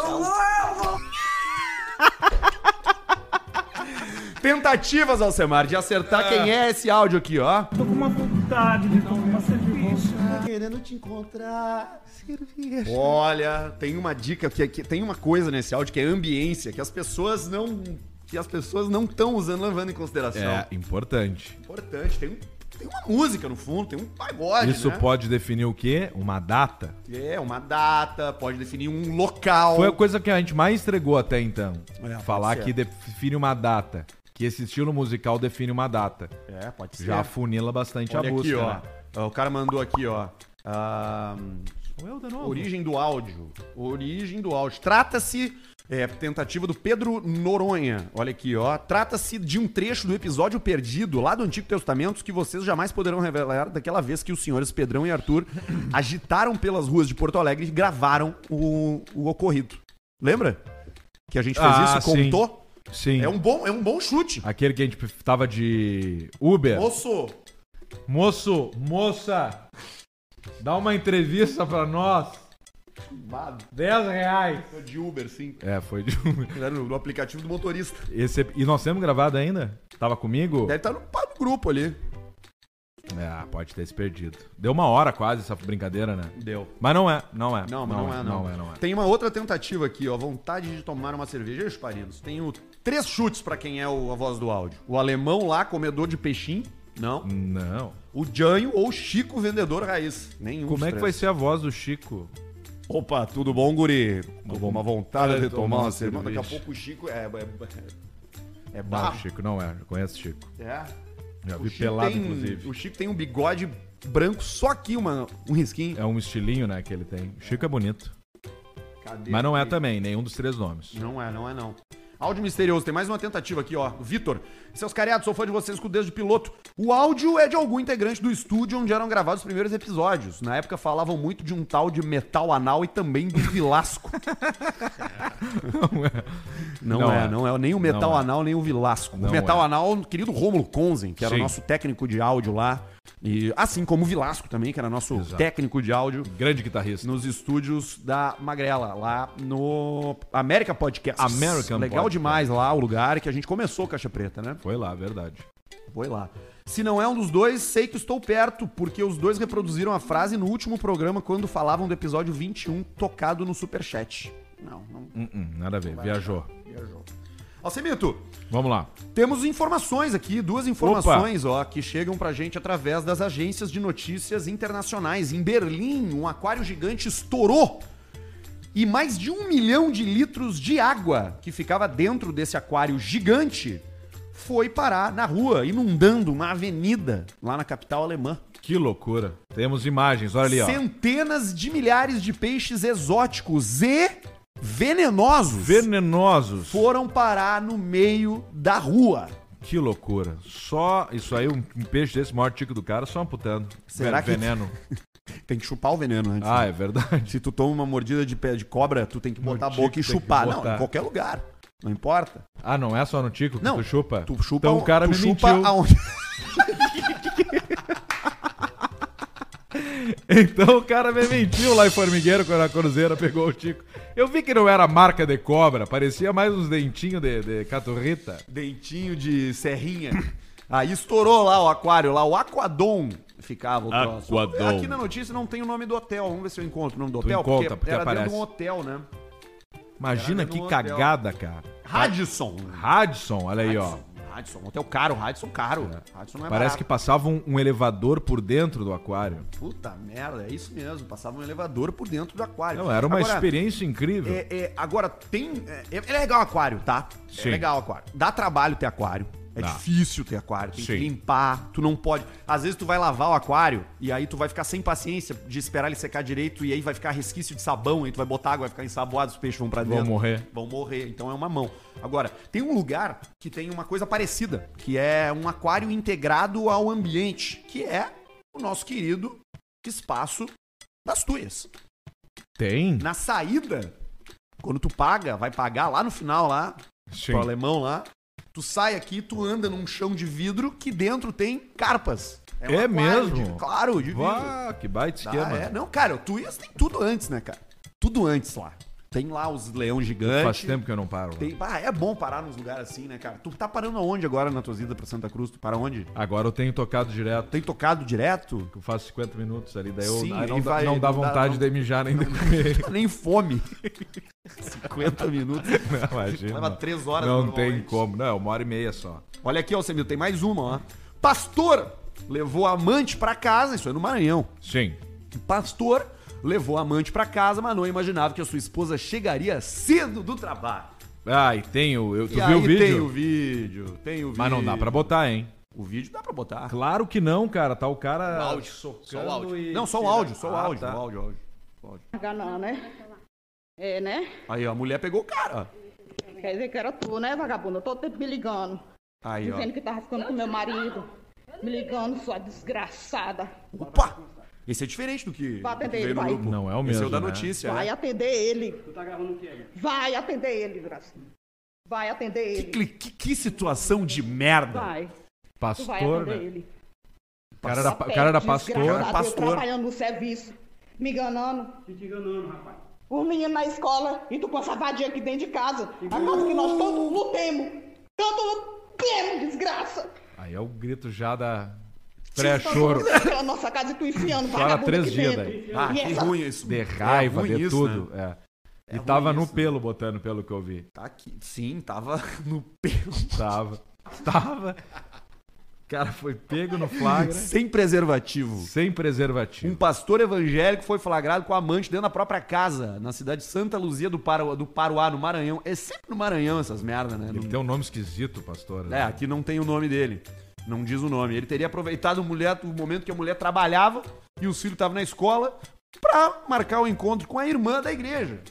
[SPEAKER 1] Tentativas, Alcemar, de acertar quem é esse áudio aqui, ó.
[SPEAKER 5] Querendo te encontrar.
[SPEAKER 1] Olha, tem uma dica que, que tem uma coisa nesse áudio que é ambiência, que as pessoas não que as pessoas não estão usando levando em consideração.
[SPEAKER 2] É importante.
[SPEAKER 1] Importante, tem, um- tem uma música no fundo, tem um pagode,
[SPEAKER 2] Isso
[SPEAKER 1] né?
[SPEAKER 2] pode definir o quê? Uma data.
[SPEAKER 1] É, uma data, pode definir um local.
[SPEAKER 2] Foi a coisa que a gente mais entregou até então.
[SPEAKER 1] É,
[SPEAKER 2] Falar
[SPEAKER 1] pode ser.
[SPEAKER 2] que define uma data. Que esse estilo musical define uma data.
[SPEAKER 1] É, pode ser.
[SPEAKER 2] Já afunila bastante
[SPEAKER 1] Olha
[SPEAKER 2] a
[SPEAKER 1] aqui,
[SPEAKER 2] busca.
[SPEAKER 1] ó.
[SPEAKER 2] né?
[SPEAKER 1] Ó, O cara mandou aqui, ó. Ah, Ahn,
[SPEAKER 2] Sou eu de novo.
[SPEAKER 1] Origem do áudio. Origem do áudio. Trata-se. É, tentativa do Pedro Noronha. Olha aqui, ó. Trata-se de um trecho do episódio perdido lá do Antigo Testamento que vocês jamais poderão revelar daquela vez que os senhores Pedrão e Arthur agitaram pelas ruas de Porto Alegre e gravaram o, o ocorrido. Lembra? Que a gente fez
[SPEAKER 2] Ah,
[SPEAKER 1] isso,
[SPEAKER 2] sim.
[SPEAKER 1] contou?
[SPEAKER 2] Sim.
[SPEAKER 1] É um bom, é um bom chute.
[SPEAKER 2] Aquele que a gente tava de Uber.
[SPEAKER 1] Moço,
[SPEAKER 2] Moço, moça, dá uma entrevista pra nós. 10 reais.
[SPEAKER 1] foi de Uber, sim.
[SPEAKER 2] É, foi de Uber.
[SPEAKER 1] Era no, no aplicativo do motorista.
[SPEAKER 2] Esse- E nós temos gravado ainda? Tava comigo?
[SPEAKER 1] Deve estar no, no grupo ali.
[SPEAKER 2] Ah, pode ter se perdido. Deu uma hora quase essa brincadeira, né?
[SPEAKER 1] Deu.
[SPEAKER 2] Mas não é, não é.
[SPEAKER 1] Não, mas não, é, não.
[SPEAKER 2] Não é, não é.
[SPEAKER 1] Tem uma outra tentativa aqui, ó. Vontade de tomar uma cerveja. Os parinos. Tenho três chutes pra quem é o, a voz do áudio. O alemão lá, comedor de peixinho. Não.
[SPEAKER 2] Não.
[SPEAKER 1] O Janho ou o Chico, vendedor raiz. Nenhum
[SPEAKER 2] Como é que vai ser a voz do Chico?
[SPEAKER 1] Opa, tudo bom, guri? Tô com uma
[SPEAKER 2] É,
[SPEAKER 1] vontade de tomar uma cerveja.
[SPEAKER 2] cerveja.
[SPEAKER 1] Daqui a pouco o Chico é... É, é
[SPEAKER 2] Não,
[SPEAKER 1] barro.
[SPEAKER 2] Chico não é. Eu conheço o Chico.
[SPEAKER 1] É.
[SPEAKER 2] Já
[SPEAKER 1] O
[SPEAKER 2] vi
[SPEAKER 1] Chico,
[SPEAKER 2] pelado,
[SPEAKER 1] tem,
[SPEAKER 2] inclusive.
[SPEAKER 1] o Chico tem um bigode branco, só aqui uma, um risquinho.
[SPEAKER 2] É um estilinho, né, que ele tem. O Chico é bonito.
[SPEAKER 1] Cadê
[SPEAKER 2] Mas não é
[SPEAKER 1] aqui?
[SPEAKER 2] também, nenhum dos três nomes.
[SPEAKER 1] Não é, não é não. Áudio misterioso, tem mais uma tentativa aqui, ó. Vitor, seus cariados, sou fã de vocês com o dedo de piloto. O áudio é de algum integrante do estúdio onde eram gravados os primeiros episódios. Na época falavam muito de um tal de metal anal e também do Vilasco.
[SPEAKER 2] Não é.
[SPEAKER 1] Não,
[SPEAKER 2] Não
[SPEAKER 1] é,
[SPEAKER 2] é.
[SPEAKER 1] não é. Nem o metal
[SPEAKER 2] Não é.
[SPEAKER 1] anal, nem o Vilasco.
[SPEAKER 2] Não
[SPEAKER 1] o metal
[SPEAKER 2] é.
[SPEAKER 1] anal, querido Rômulo Conzen, que era o
[SPEAKER 2] Sim.
[SPEAKER 1] nosso técnico de áudio lá. E, assim como o Vilasco também, que era nosso
[SPEAKER 2] Exato.
[SPEAKER 1] técnico de áudio.
[SPEAKER 2] Grande guitarrista.
[SPEAKER 1] nos estúdios da Magrela, lá no América Podcast.
[SPEAKER 2] American
[SPEAKER 1] Legal
[SPEAKER 2] Podcast.
[SPEAKER 1] demais lá o lugar que a gente começou o Caixa Preta, né?
[SPEAKER 2] Foi lá, verdade.
[SPEAKER 1] Foi lá. Se não é um dos dois, sei que estou perto, porque os dois reproduziram a frase no último programa quando falavam do episódio 21 tocado no Superchat. Não, não
[SPEAKER 2] Hum, hum, nada a ver, viajou.
[SPEAKER 1] viajou. Alcemito,
[SPEAKER 2] Vamos lá.
[SPEAKER 1] temos informações aqui, duas informações, ó, que chegam pra gente através das agências de notícias internacionais. Em Berlim, um aquário gigante estourou e mais de um milhão de litros de água que ficava dentro desse aquário gigante foi parar na rua, inundando uma avenida lá na capital alemã.
[SPEAKER 2] Que loucura. Temos imagens, olha ali, ó.
[SPEAKER 1] Centenas de milhares de peixes exóticos e venenosos
[SPEAKER 2] Venenosos.
[SPEAKER 1] foram parar no meio da rua.
[SPEAKER 2] Que loucura. Só isso aí, um, um peixe desse, maior tico do cara, só amputando.
[SPEAKER 1] Será que-
[SPEAKER 2] Veneno.
[SPEAKER 1] Tem que chupar o veneno antes. né?
[SPEAKER 2] Ah, é verdade.
[SPEAKER 1] Se tu toma uma mordida de pé de cobra, tu tem que botar a
[SPEAKER 2] tico
[SPEAKER 1] boca e
[SPEAKER 2] tem que
[SPEAKER 1] chupar. Não,
[SPEAKER 2] botar.
[SPEAKER 1] em qualquer lugar. Não importa.
[SPEAKER 2] Ah, não é só no tico que
[SPEAKER 1] Não,
[SPEAKER 2] tu chupa?
[SPEAKER 1] Tu chupa um-
[SPEAKER 2] Então o cara
[SPEAKER 1] tu
[SPEAKER 2] me
[SPEAKER 1] chupa
[SPEAKER 2] mentiu.
[SPEAKER 1] aonde?
[SPEAKER 2] Então o cara me mentiu lá em Formigueiro quando a Cruzeira pegou o tico. Eu vi que não era marca de cobra, parecia mais uns dentinhos de, de caturrita.
[SPEAKER 1] Dentinho de serrinha. Aí estourou lá o aquário, lá o Aquadom ficava o troço.
[SPEAKER 2] Aquadom.
[SPEAKER 1] Aqui na notícia não tem o nome do hotel. Vamos ver se eu encontro o nome do
[SPEAKER 2] Tu
[SPEAKER 1] hotel.
[SPEAKER 2] encontra, porque
[SPEAKER 1] era dentro de
[SPEAKER 2] aparece.
[SPEAKER 1] um hotel, né?
[SPEAKER 2] Imagina
[SPEAKER 1] Era
[SPEAKER 2] que
[SPEAKER 1] num hotel.
[SPEAKER 2] cagada, cara.
[SPEAKER 1] Radisson.
[SPEAKER 2] Radisson, olha Tá. aí, ó.
[SPEAKER 1] Radisson, um hotel caro, Radisson caro. Radisson não é
[SPEAKER 2] Parece que
[SPEAKER 1] barato.
[SPEAKER 2] passava um, um elevador por dentro do aquário.
[SPEAKER 1] Puta merda, é isso mesmo. Passava um elevador por dentro do aquário.
[SPEAKER 2] Não, era uma
[SPEAKER 1] Agora,
[SPEAKER 2] experiência incrível.
[SPEAKER 1] É, é, agora, tem. É, é legal aquário, tá?
[SPEAKER 2] Sim.
[SPEAKER 1] É legal aquário. Dá trabalho ter aquário. É
[SPEAKER 2] Dá.
[SPEAKER 1] difícil ter aquário. Tem que
[SPEAKER 2] Sim.
[SPEAKER 1] limpar. Tu não pode. Às vezes tu vai lavar o aquário e aí tu vai ficar sem paciência de esperar ele secar direito e aí vai ficar resquício de sabão, aí tu vai botar água, vai ficar ensaboado, os peixes vão pra dentro.
[SPEAKER 2] morrer.
[SPEAKER 1] Vão morrer. Então é uma mão. Agora, tem um lugar que tem uma coisa parecida, que é um aquário integrado ao ambiente, que é o nosso querido espaço das tuias
[SPEAKER 2] Tem?
[SPEAKER 1] na saída, quando tu paga, vai pagar lá no final, lá,
[SPEAKER 2] Sim.
[SPEAKER 1] pro alemão lá, tu sai aqui, tu anda num chão de vidro que dentro tem carpas. um
[SPEAKER 2] É
[SPEAKER 1] aquário
[SPEAKER 2] mesmo?
[SPEAKER 1] de- claro, de vidro. Ah, é.
[SPEAKER 2] Vá, que baita
[SPEAKER 1] Dá,
[SPEAKER 2] esquema.
[SPEAKER 1] é. Não, cara, o Twiz tem tudo antes, né, cara? tudo antes lá. Tem lá os leões
[SPEAKER 2] Faz
[SPEAKER 1] gigantes.
[SPEAKER 2] tempo que eu não paro. lá.
[SPEAKER 1] Tem, ah, é bom parar nos lugares assim, né, cara? Tu tá parando aonde agora na tua ida pra Santa Cruz? Tu para onde?
[SPEAKER 2] Agora eu tenho tocado direto.
[SPEAKER 1] Tem tocado direto?
[SPEAKER 2] Eu faço 50 minutos ali, daí eu
[SPEAKER 1] Sim,
[SPEAKER 2] aí
[SPEAKER 1] aí
[SPEAKER 2] não, dá-
[SPEAKER 1] vai-
[SPEAKER 2] não dá
[SPEAKER 1] não dá-
[SPEAKER 2] vontade
[SPEAKER 1] não-
[SPEAKER 2] de mijar nem de comer.
[SPEAKER 1] tá Nem fome. 50 minutos.
[SPEAKER 2] Não, imagina.
[SPEAKER 1] Leva três horas
[SPEAKER 2] Não
[SPEAKER 1] normalmente.
[SPEAKER 2] tem como. Não, é uma hora e meia só.
[SPEAKER 1] Olha aqui, ó, Semil, tem mais uma, ó. Pastor levou a amante pra casa, isso é no Maranhão.
[SPEAKER 2] Sim.
[SPEAKER 1] O pastor levou a amante pra casa, mas não imaginava que a sua esposa chegaria cedo do trabalho.
[SPEAKER 2] Ah, e tem o. Eu, tu
[SPEAKER 1] e
[SPEAKER 2] viu o vídeo?
[SPEAKER 1] tem o vídeo, tem o vídeo.
[SPEAKER 2] Mas não dá pra botar, hein?
[SPEAKER 1] O vídeo dá pra botar.
[SPEAKER 2] Claro que não, cara. Tá o cara.
[SPEAKER 6] O áudio, só o áudio.
[SPEAKER 2] e-
[SPEAKER 1] Não, só o áudio, só o
[SPEAKER 2] Ah,
[SPEAKER 1] áudio,
[SPEAKER 2] tá.
[SPEAKER 1] o áudio, o áudio, o áudio.
[SPEAKER 7] Largar não, né? É, né?
[SPEAKER 1] Aí, ó, a mulher pegou o cara.
[SPEAKER 7] Quer dizer que era tu, né, vagabunda? Todo tempo me ligando.
[SPEAKER 1] Aí, ó.
[SPEAKER 7] Dizendo que tava ficando com meu marido. Me ligando, sua desgraçada.
[SPEAKER 1] Opa! Esse é diferente do que,
[SPEAKER 7] Vai
[SPEAKER 1] do que
[SPEAKER 7] atender
[SPEAKER 1] veio
[SPEAKER 7] ele,
[SPEAKER 1] no
[SPEAKER 7] vai.
[SPEAKER 1] grupo.
[SPEAKER 2] Não é
[SPEAKER 1] Esse
[SPEAKER 2] o
[SPEAKER 1] é
[SPEAKER 2] mesmo,
[SPEAKER 1] o da
[SPEAKER 2] né?
[SPEAKER 1] notícia,
[SPEAKER 7] Vai
[SPEAKER 1] né?
[SPEAKER 7] atender ele. Tu tá gravando o quê? Vai atender ele, desgraçada. Vai atender
[SPEAKER 1] Que,
[SPEAKER 7] ele.
[SPEAKER 1] cli- que, que situação de merda.
[SPEAKER 7] Vai. Tu vai
[SPEAKER 2] Pastor,
[SPEAKER 7] atender
[SPEAKER 2] né?
[SPEAKER 7] ele.
[SPEAKER 2] O cara era, pa-
[SPEAKER 7] Papete,
[SPEAKER 2] o cara era pastor.
[SPEAKER 7] desgraçado,
[SPEAKER 1] pastor.
[SPEAKER 7] Eu trabalhando no serviço. Me enganando. Me enganando, rapaz. Os meninos na escola e tu com essa vadia aqui dentro de casa. A casa que nós todos lutemos. Tanto lutemos, desgraça.
[SPEAKER 2] Aí é o grito já da. Pré-choro.
[SPEAKER 7] Tu tá naquela nossa casa e tu enfiando
[SPEAKER 2] Chora
[SPEAKER 7] vagabundo
[SPEAKER 2] três
[SPEAKER 7] aqui
[SPEAKER 2] dias
[SPEAKER 7] dentro.
[SPEAKER 2] daí.
[SPEAKER 1] Ah,
[SPEAKER 7] E
[SPEAKER 1] que
[SPEAKER 7] essa-
[SPEAKER 1] ruim isso.
[SPEAKER 2] De raiva,
[SPEAKER 1] É ruim
[SPEAKER 2] de
[SPEAKER 1] isso,
[SPEAKER 2] tudo. é.
[SPEAKER 1] É
[SPEAKER 2] E tava
[SPEAKER 1] ruim
[SPEAKER 2] no
[SPEAKER 1] isso, né?
[SPEAKER 2] pelo botando, pelo que eu vi.
[SPEAKER 1] Tá aqui. Sim, tava no pelo.
[SPEAKER 2] Tava. Tava. O cara foi pego no flagra.
[SPEAKER 1] Sem preservativo.
[SPEAKER 2] Sem
[SPEAKER 1] Um
[SPEAKER 2] preservativo.
[SPEAKER 1] pastor evangélico foi flagrado com a amante dentro da própria casa, na cidade de Santa Luzia do, Paru- do Paruá, no Maranhão. É sempre no Maranhão essas merdas, né?
[SPEAKER 2] Ele tem um nome esquisito, pastor. né?
[SPEAKER 1] É, aqui não tem o nome dele. Não diz o nome. Ele teria aproveitado o, mulher- o momento que a mulher trabalhava e os filhos estavam na escola pra marcar o encontro com a irmã da igreja.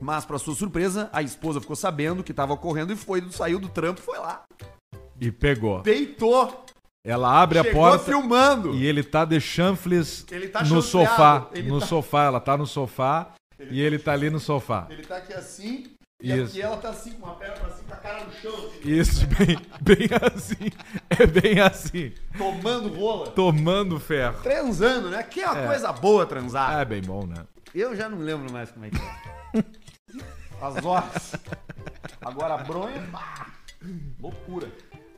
[SPEAKER 1] Mas, pra sua surpresa, a esposa ficou sabendo que tava ocorrendo e foi, saiu do trampo, foi lá.
[SPEAKER 2] E pegou.
[SPEAKER 1] Deitou.
[SPEAKER 2] Ela abre a
[SPEAKER 1] chegou
[SPEAKER 2] porta
[SPEAKER 1] filmando.
[SPEAKER 2] e ele tá de chanfles
[SPEAKER 1] Ele tá
[SPEAKER 2] no
[SPEAKER 1] chanfleado,
[SPEAKER 2] sofá.
[SPEAKER 1] ele
[SPEAKER 2] no
[SPEAKER 1] tá-
[SPEAKER 2] sofá, ela tá no sofá e ele tá ali no sofá.
[SPEAKER 1] Ele tá aqui assim.
[SPEAKER 2] Isso.
[SPEAKER 1] ela tá assim, com uma perna pra cima, com a cara no chão, assim,
[SPEAKER 2] Isso, bem, bem assim. É bem assim.
[SPEAKER 1] tomando rola.
[SPEAKER 2] Tomando ferro.
[SPEAKER 1] Transando, né? Que é uma coisa boa transar.
[SPEAKER 2] Ah, é bem bom, né?
[SPEAKER 1] Eu já não lembro mais como é que é. As horas. Agora a bronha. pá, Loucura.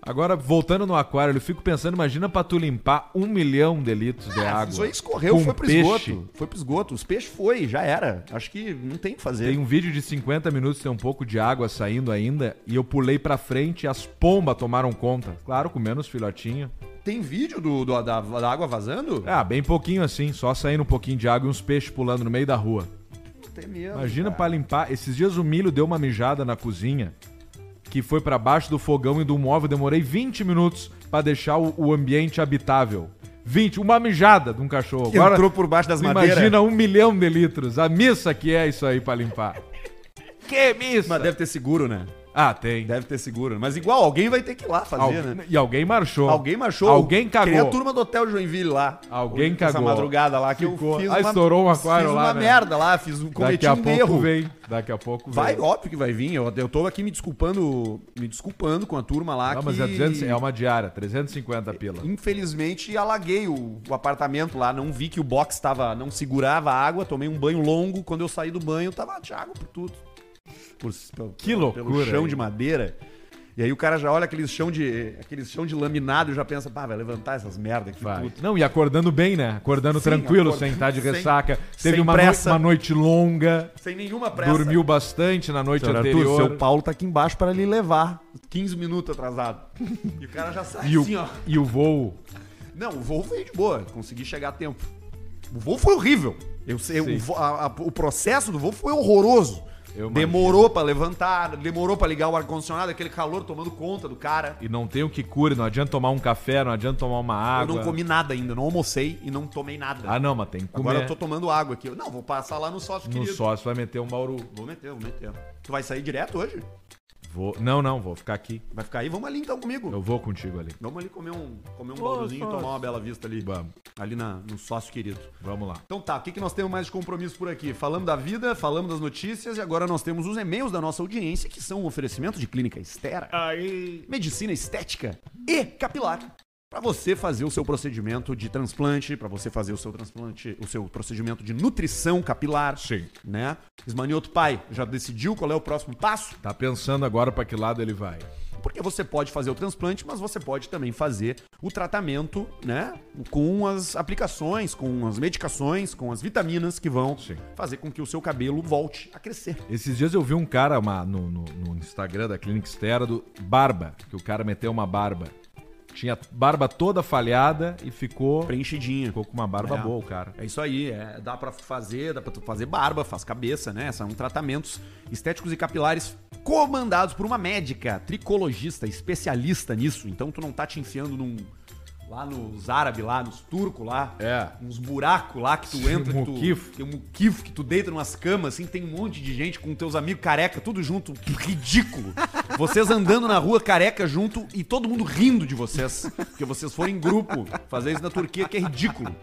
[SPEAKER 2] Agora, voltando no aquário, eu fico pensando, imagina pra tu limpar um milhão de litros de É, água.
[SPEAKER 1] É, Isso aí escorreu,
[SPEAKER 2] com
[SPEAKER 1] foi pro
[SPEAKER 2] peixe.
[SPEAKER 1] esgoto. Foi pro esgoto. Os peixes foi, já era. Acho que não tem o que fazer.
[SPEAKER 2] Tem um vídeo de 50 minutos, tem um pouco de água saindo ainda, e eu pulei pra frente e as pombas tomaram conta. Claro, com menos filhotinho.
[SPEAKER 1] Tem vídeo do, do- da, da água vazando?
[SPEAKER 2] Ah, bem pouquinho assim, só saindo um pouquinho de água e uns peixes pulando no meio da rua.
[SPEAKER 1] Tem mesmo.
[SPEAKER 2] Imagina pra limpar. Esses dias o milho deu uma mijada na cozinha que foi pra baixo do fogão e do móvel. Demorei 20 minutos pra deixar o, o ambiente habitável. 20, uma mijada de um cachorro.
[SPEAKER 1] Que entrou por baixo das
[SPEAKER 2] tu
[SPEAKER 1] madeiras.
[SPEAKER 2] Imagina um milhão de litros. A missa que é isso aí pra limpar. Que missa?
[SPEAKER 1] Mas deve ter seguro, né?
[SPEAKER 2] Ah, tem.
[SPEAKER 1] Deve ter seguro. Mas igual, alguém vai ter que ir lá fazer,
[SPEAKER 2] Alguém-
[SPEAKER 1] né?
[SPEAKER 2] E alguém marchou.
[SPEAKER 1] Alguém marchou.
[SPEAKER 2] Alguém
[SPEAKER 1] Que nem
[SPEAKER 2] cagou.
[SPEAKER 1] a turma do Hotel Joinville lá.
[SPEAKER 2] Alguém
[SPEAKER 1] Essa
[SPEAKER 2] cagou.
[SPEAKER 1] madrugada lá que
[SPEAKER 2] Ficou.
[SPEAKER 1] eu fiz
[SPEAKER 2] Ah, estourou um aquário
[SPEAKER 1] fiz
[SPEAKER 2] lá,
[SPEAKER 1] uma
[SPEAKER 2] né?
[SPEAKER 1] merda lá, fiz um cometi
[SPEAKER 2] Daqui a
[SPEAKER 1] um
[SPEAKER 2] pouco
[SPEAKER 1] erro.
[SPEAKER 2] vem. Daqui a pouco
[SPEAKER 1] Vai,
[SPEAKER 2] vem.
[SPEAKER 1] óbvio que vai vir. Eu, eu tô aqui me desculpando, me desculpando com a turma lá
[SPEAKER 2] Não,
[SPEAKER 1] que
[SPEAKER 2] mas é, 200, é uma diária, 350 pila.
[SPEAKER 1] infelizmente alaguei o, o apartamento lá, não vi que o box tava, não segurava a água, tomei um banho longo, quando eu saí do banho tava de água por tudo. Por- pelo,
[SPEAKER 2] Que
[SPEAKER 1] Pelo
[SPEAKER 2] loucura,
[SPEAKER 1] chão
[SPEAKER 2] hein?
[SPEAKER 1] de madeira. E aí o cara já olha aqueles chão de, aqueles chão de laminado e já pensa, pá, vai levantar essas merda aqui
[SPEAKER 2] Vai.
[SPEAKER 1] tudo.
[SPEAKER 2] Não, e acordando bem, né? Acordando tranquilo,
[SPEAKER 1] acordando
[SPEAKER 2] sem estar de
[SPEAKER 1] sem-
[SPEAKER 2] ressaca.
[SPEAKER 1] sem
[SPEAKER 2] Teve uma, noi-
[SPEAKER 1] pressa.
[SPEAKER 2] uma noite longa,
[SPEAKER 1] Sem nenhuma pressa.
[SPEAKER 2] dormiu bastante na noite
[SPEAKER 1] Senhor Arthur,
[SPEAKER 2] anterior.
[SPEAKER 1] seu Paulo tá aqui embaixo para lhe levar. 15 minutos atrasado. E o cara já sai
[SPEAKER 2] e, o,
[SPEAKER 1] assim, ó.
[SPEAKER 2] e o voo.
[SPEAKER 1] Não, o voo foi de boa, consegui chegar a tempo. O voo foi horrível. Eu sei,
[SPEAKER 2] Sim.
[SPEAKER 1] o, vo- a- a- o processo do voo foi horroroso.
[SPEAKER 2] Eu imagino.
[SPEAKER 1] demorou pra levantar, demorou pra ligar o ar-condicionado, aquele calor tomando conta do cara.
[SPEAKER 2] E não tem o que cure, não adianta tomar um café, não adianta tomar uma água.
[SPEAKER 1] Eu não comi nada ainda, não almocei e não tomei nada.
[SPEAKER 2] Ah, não, mas tem que comer.
[SPEAKER 1] Agora eu tô tomando água aqui. Eu, Não, vou passar lá no sócio,
[SPEAKER 2] No
[SPEAKER 1] querido.
[SPEAKER 2] sócio vai meter um Bauru.
[SPEAKER 1] Vou meter, vou meter. Tu vai sair direto hoje?
[SPEAKER 2] Vou... Não, não, vou ficar aqui.
[SPEAKER 1] Vai ficar aí? Vamos ali então comigo.
[SPEAKER 2] Eu vou contigo ali.
[SPEAKER 1] Vamos ali comer um, comer um balduzinho e tomar uma bela vista ali.
[SPEAKER 2] Vamos.
[SPEAKER 1] Ali na, no sócio querido.
[SPEAKER 2] Vamos lá.
[SPEAKER 1] Então tá, o que, que nós temos mais de compromisso por aqui? Falamos da vida, falamos das notícias e agora nós temos os e-mails da nossa audiência que são um oferecimento de clínica estera, medicina estética e capilar. Pra você fazer o seu procedimento de transplante, pra você fazer o seu transplante, o seu procedimento de nutrição capilar,
[SPEAKER 2] Sim.
[SPEAKER 1] né? Esmanioto pai, já decidiu qual é o próximo passo?
[SPEAKER 2] Tá pensando agora pra que lado ele vai.
[SPEAKER 1] Porque você pode fazer o transplante, mas você pode também fazer o tratamento, né? Com as aplicações, com as medicações, com as vitaminas que vão
[SPEAKER 2] Sim.
[SPEAKER 1] fazer com que o seu cabelo volte a crescer.
[SPEAKER 2] Esses dias eu vi um cara uma- no, no- no Instagram da Clínica Estera do Barba, que o cara meteu uma barba. Tinha barba toda falhada e ficou,
[SPEAKER 1] Preenchidinho.
[SPEAKER 2] ficou com uma barba
[SPEAKER 1] É.
[SPEAKER 2] boa, o cara.
[SPEAKER 1] É isso aí, é, dá pra fazer, dá para fazer barba, faz cabeça, né? São tratamentos estéticos e capilares comandados por uma médica, tricologista, especialista nisso. Então tu não tá te enfiando num lá nos árabes lá, nos turcos lá,
[SPEAKER 2] É.
[SPEAKER 1] uns buracos lá que tu
[SPEAKER 2] Sim,
[SPEAKER 1] entra, que tu,
[SPEAKER 2] muquifo.
[SPEAKER 1] tem um muquifo que tu deita numas camas assim, tem um monte de gente com teus amigos careca, tudo junto, ridículo. Vocês andando na rua careca junto e todo mundo rindo de vocês, porque vocês foram em grupo fazer isso na Turquia, que é ridículo.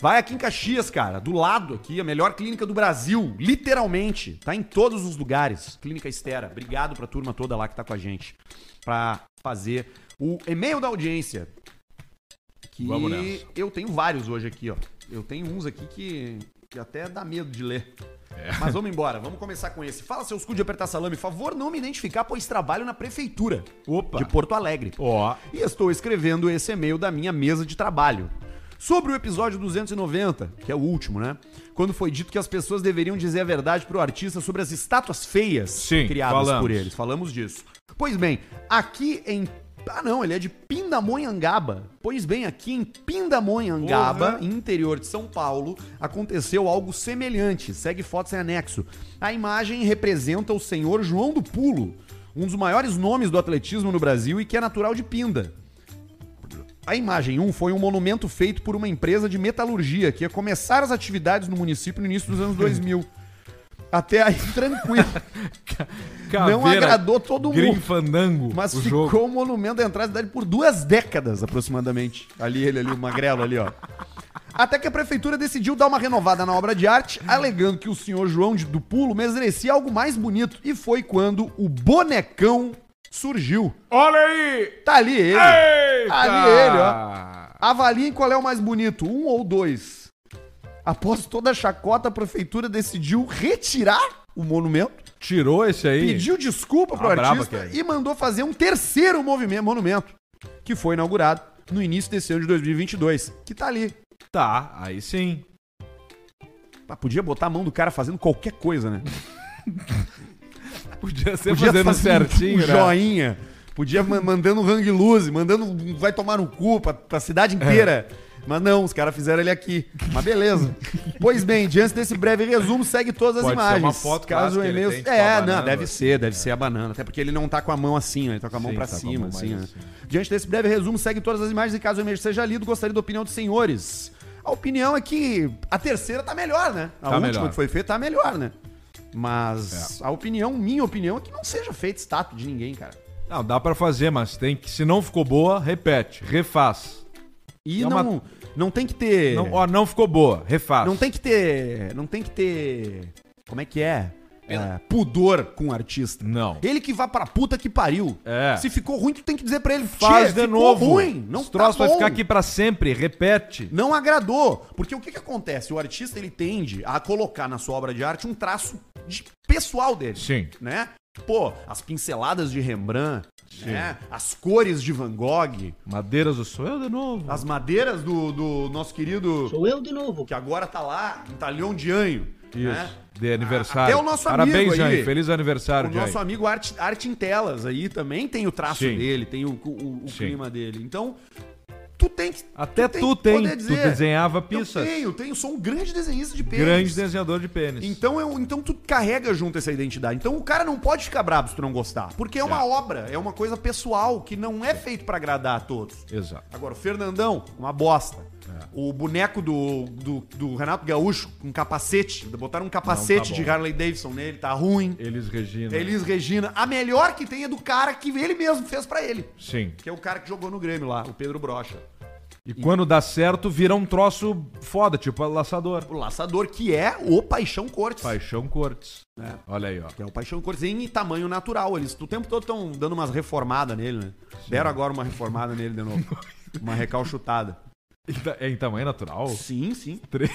[SPEAKER 1] Vai aqui em Caxias, cara, do lado aqui, a melhor clínica do Brasil, literalmente. Tá em todos os lugares. Clínica Estera. Obrigado pra turma toda lá que tá com a gente pra fazer o e-mail da audiência. Que
[SPEAKER 2] Vamos nessa.
[SPEAKER 1] eu tenho vários hoje aqui, ó. Eu tenho uns aqui que, que até dá medo de ler.
[SPEAKER 2] É.
[SPEAKER 1] Mas vamos embora, vamos começar com esse. Fala seus cu de apertar salame, favor não me identificar, pois trabalho na prefeitura
[SPEAKER 2] Opa.
[SPEAKER 1] de Porto Alegre.
[SPEAKER 2] Ó.
[SPEAKER 1] E estou escrevendo esse e-mail da minha mesa de trabalho. Sobre o episódio 290, que é o último, né? Quando foi dito que as pessoas deveriam dizer a verdade pro artista sobre as estátuas feias
[SPEAKER 2] Sim,
[SPEAKER 1] criadas por
[SPEAKER 2] falamos.
[SPEAKER 1] eles. Falamos disso. Pois bem, aqui em. Ah, não, ele é de Pindamonhangaba. Pois bem, aqui em Pindamonhangaba,
[SPEAKER 2] Porra.
[SPEAKER 1] interior de São Paulo, aconteceu algo semelhante. Segue fotos em anexo. A imagem representa o senhor João do Pulo, um dos maiores nomes do atletismo no Brasil e que é natural de Pinda. A imagem 1 foi um monumento feito por uma empresa de metalurgia que ia começar as atividades no município no início dos anos 2000. Até aí, tranquilo. Não agradou todo mundo.
[SPEAKER 2] Grim Fandango,
[SPEAKER 1] Mas
[SPEAKER 2] o
[SPEAKER 1] ficou
[SPEAKER 2] jogo.
[SPEAKER 1] o monumento da entrada da cidade por duas décadas, aproximadamente. Ali ele, ali, o magrelo ali, ó. Até que a prefeitura decidiu dar uma renovada na obra de arte, alegando que o senhor João de- do Pulo merecia algo mais bonito. E foi quando o bonecão surgiu.
[SPEAKER 2] Olha aí!
[SPEAKER 1] Tá ali ele.
[SPEAKER 2] Eita!
[SPEAKER 1] Ali ele, ó. Avaliem qual é o mais bonito, um ou dois. Após toda a chacota, a prefeitura decidiu retirar o monumento
[SPEAKER 2] Tirou esse aí?
[SPEAKER 1] pediu desculpa pro
[SPEAKER 2] Tá brava,
[SPEAKER 1] artista
[SPEAKER 2] Kelly.
[SPEAKER 1] e mandou fazer um terceiro movimento, monumento, que foi inaugurado no início desse ano de 2022, que tá ali.
[SPEAKER 2] Tá, aí sim.
[SPEAKER 1] Ah, podia botar a mão do cara fazendo qualquer coisa, né?
[SPEAKER 2] Podia ser
[SPEAKER 1] Podia
[SPEAKER 2] fazendo
[SPEAKER 1] fazer um-
[SPEAKER 2] certinho, né?
[SPEAKER 1] um joinha, podia ma- mandando um hang loose, mandando um vai tomar no cu pra, pra cidade inteira.
[SPEAKER 2] É.
[SPEAKER 1] Mas não, os caras fizeram ele aqui. Mas beleza. pois bem, diante desse breve resumo, segue todas as
[SPEAKER 2] Pode ser uma
[SPEAKER 1] imagens.
[SPEAKER 2] foto
[SPEAKER 1] caso o
[SPEAKER 2] clássica, ele
[SPEAKER 1] e-mail.
[SPEAKER 2] tem, tipo, uma
[SPEAKER 1] É,
[SPEAKER 2] banana,
[SPEAKER 1] não, deve
[SPEAKER 2] assim.
[SPEAKER 1] ser, deve ser a banana. Até porque ele não tá com a mão assim, né? ele tá com a mão
[SPEAKER 2] Sim,
[SPEAKER 1] pra
[SPEAKER 2] tá com a
[SPEAKER 1] cima,
[SPEAKER 2] mão mais
[SPEAKER 1] assim, né?
[SPEAKER 2] assim.
[SPEAKER 1] Diante desse breve resumo, segue todas as imagens e caso o e-mail seja lido, gostaria da opinião dos senhores. A opinião é que a terceira tá melhor, né? A
[SPEAKER 2] Tá
[SPEAKER 1] última
[SPEAKER 2] melhor.
[SPEAKER 1] que foi feita tá melhor, né? Mas a opinião, minha opinião, é que não seja feito estátua de ninguém, cara.
[SPEAKER 2] Não, dá pra fazer, mas tem que. Se não ficou boa, repete, refaz.
[SPEAKER 1] E
[SPEAKER 2] É
[SPEAKER 1] não,
[SPEAKER 2] uma-
[SPEAKER 1] não tem que ter.
[SPEAKER 2] Não, ó, não ficou boa, refaz.
[SPEAKER 1] Não tem que ter. Não tem que ter. Como é que é? É, pudor com o artista.
[SPEAKER 2] Não.
[SPEAKER 1] Ele que vá pra puta que pariu.
[SPEAKER 2] É.
[SPEAKER 1] Se ficou ruim, tu tem que dizer pra ele.
[SPEAKER 2] Faz
[SPEAKER 1] "Tchê,
[SPEAKER 2] de
[SPEAKER 1] ficou
[SPEAKER 2] novo.
[SPEAKER 1] ruim. Não
[SPEAKER 2] Esse troço
[SPEAKER 1] tá
[SPEAKER 2] vai
[SPEAKER 1] bom."
[SPEAKER 2] ficar aqui pra sempre, repete.
[SPEAKER 1] Não agradou. Porque o que, que acontece? O artista ele tende a colocar na sua obra de arte um traço de- pessoal dele.
[SPEAKER 2] Sim.
[SPEAKER 1] Né? Pô, as pinceladas de Rembrandt,
[SPEAKER 2] Sim.
[SPEAKER 1] né? as cores de Van Gogh,
[SPEAKER 2] Madeiras do Sou eu de novo.
[SPEAKER 1] as madeiras do, do nosso querido.
[SPEAKER 3] Sou eu de novo.
[SPEAKER 1] que agora tá lá, em talhão de anho.
[SPEAKER 2] Isso.
[SPEAKER 1] Né?
[SPEAKER 2] De aniversário.
[SPEAKER 1] Até o nosso
[SPEAKER 2] Parabéns,
[SPEAKER 1] amigo aí.
[SPEAKER 2] Jânio. Feliz aniversário,
[SPEAKER 1] O nosso
[SPEAKER 2] Jânio.
[SPEAKER 1] amigo Arte, Arte em Telas aí também tem o traço
[SPEAKER 2] Sim.
[SPEAKER 1] dele, tem o, o- o
[SPEAKER 2] Sim.
[SPEAKER 1] clima dele. Então, tu tem que.
[SPEAKER 2] Até
[SPEAKER 1] tem
[SPEAKER 2] tu
[SPEAKER 1] que
[SPEAKER 2] tem.
[SPEAKER 1] poder dizer,
[SPEAKER 2] Tu desenhava
[SPEAKER 1] Eu
[SPEAKER 2] pizzas.
[SPEAKER 1] tenho, tenho. Sou um grande desenhista de pênis.
[SPEAKER 2] Grande desenhador de pênis.
[SPEAKER 1] Então, eu, então tu carrega junto essa identidade. Então o cara não pode ficar brabo se tu não gostar. Porque é uma
[SPEAKER 2] É.
[SPEAKER 1] obra, é uma coisa pessoal que não é feito pra agradar a todos.
[SPEAKER 2] Exato.
[SPEAKER 1] Agora, o Fernandão, uma bosta. O boneco do, do, do Renato Gaúcho, com capacete. Botaram um capacete
[SPEAKER 2] bom.
[SPEAKER 1] de Harley Davidson nele, tá ruim.
[SPEAKER 2] Elis Regina.
[SPEAKER 1] Elis Regina. A melhor que tem é do cara que ele mesmo fez pra ele.
[SPEAKER 2] Sim.
[SPEAKER 1] Que é o cara que jogou no Grêmio lá, o Pedro Brocha.
[SPEAKER 2] E quando dá certo, vira um troço foda, tipo a laçador.
[SPEAKER 1] O laçador, que é o Paixão Cortes.
[SPEAKER 2] Paixão Cortes.
[SPEAKER 1] É.
[SPEAKER 2] Olha aí, ó.
[SPEAKER 1] Que é o Paixão Cortes em tamanho natural. Eles o tempo todo estão dando umas reformadas nele, né? Deram agora uma reformada nele de novo. Uma recalchutada.
[SPEAKER 2] Então- é, Então, é natural?
[SPEAKER 1] Sim, sim.
[SPEAKER 2] Três.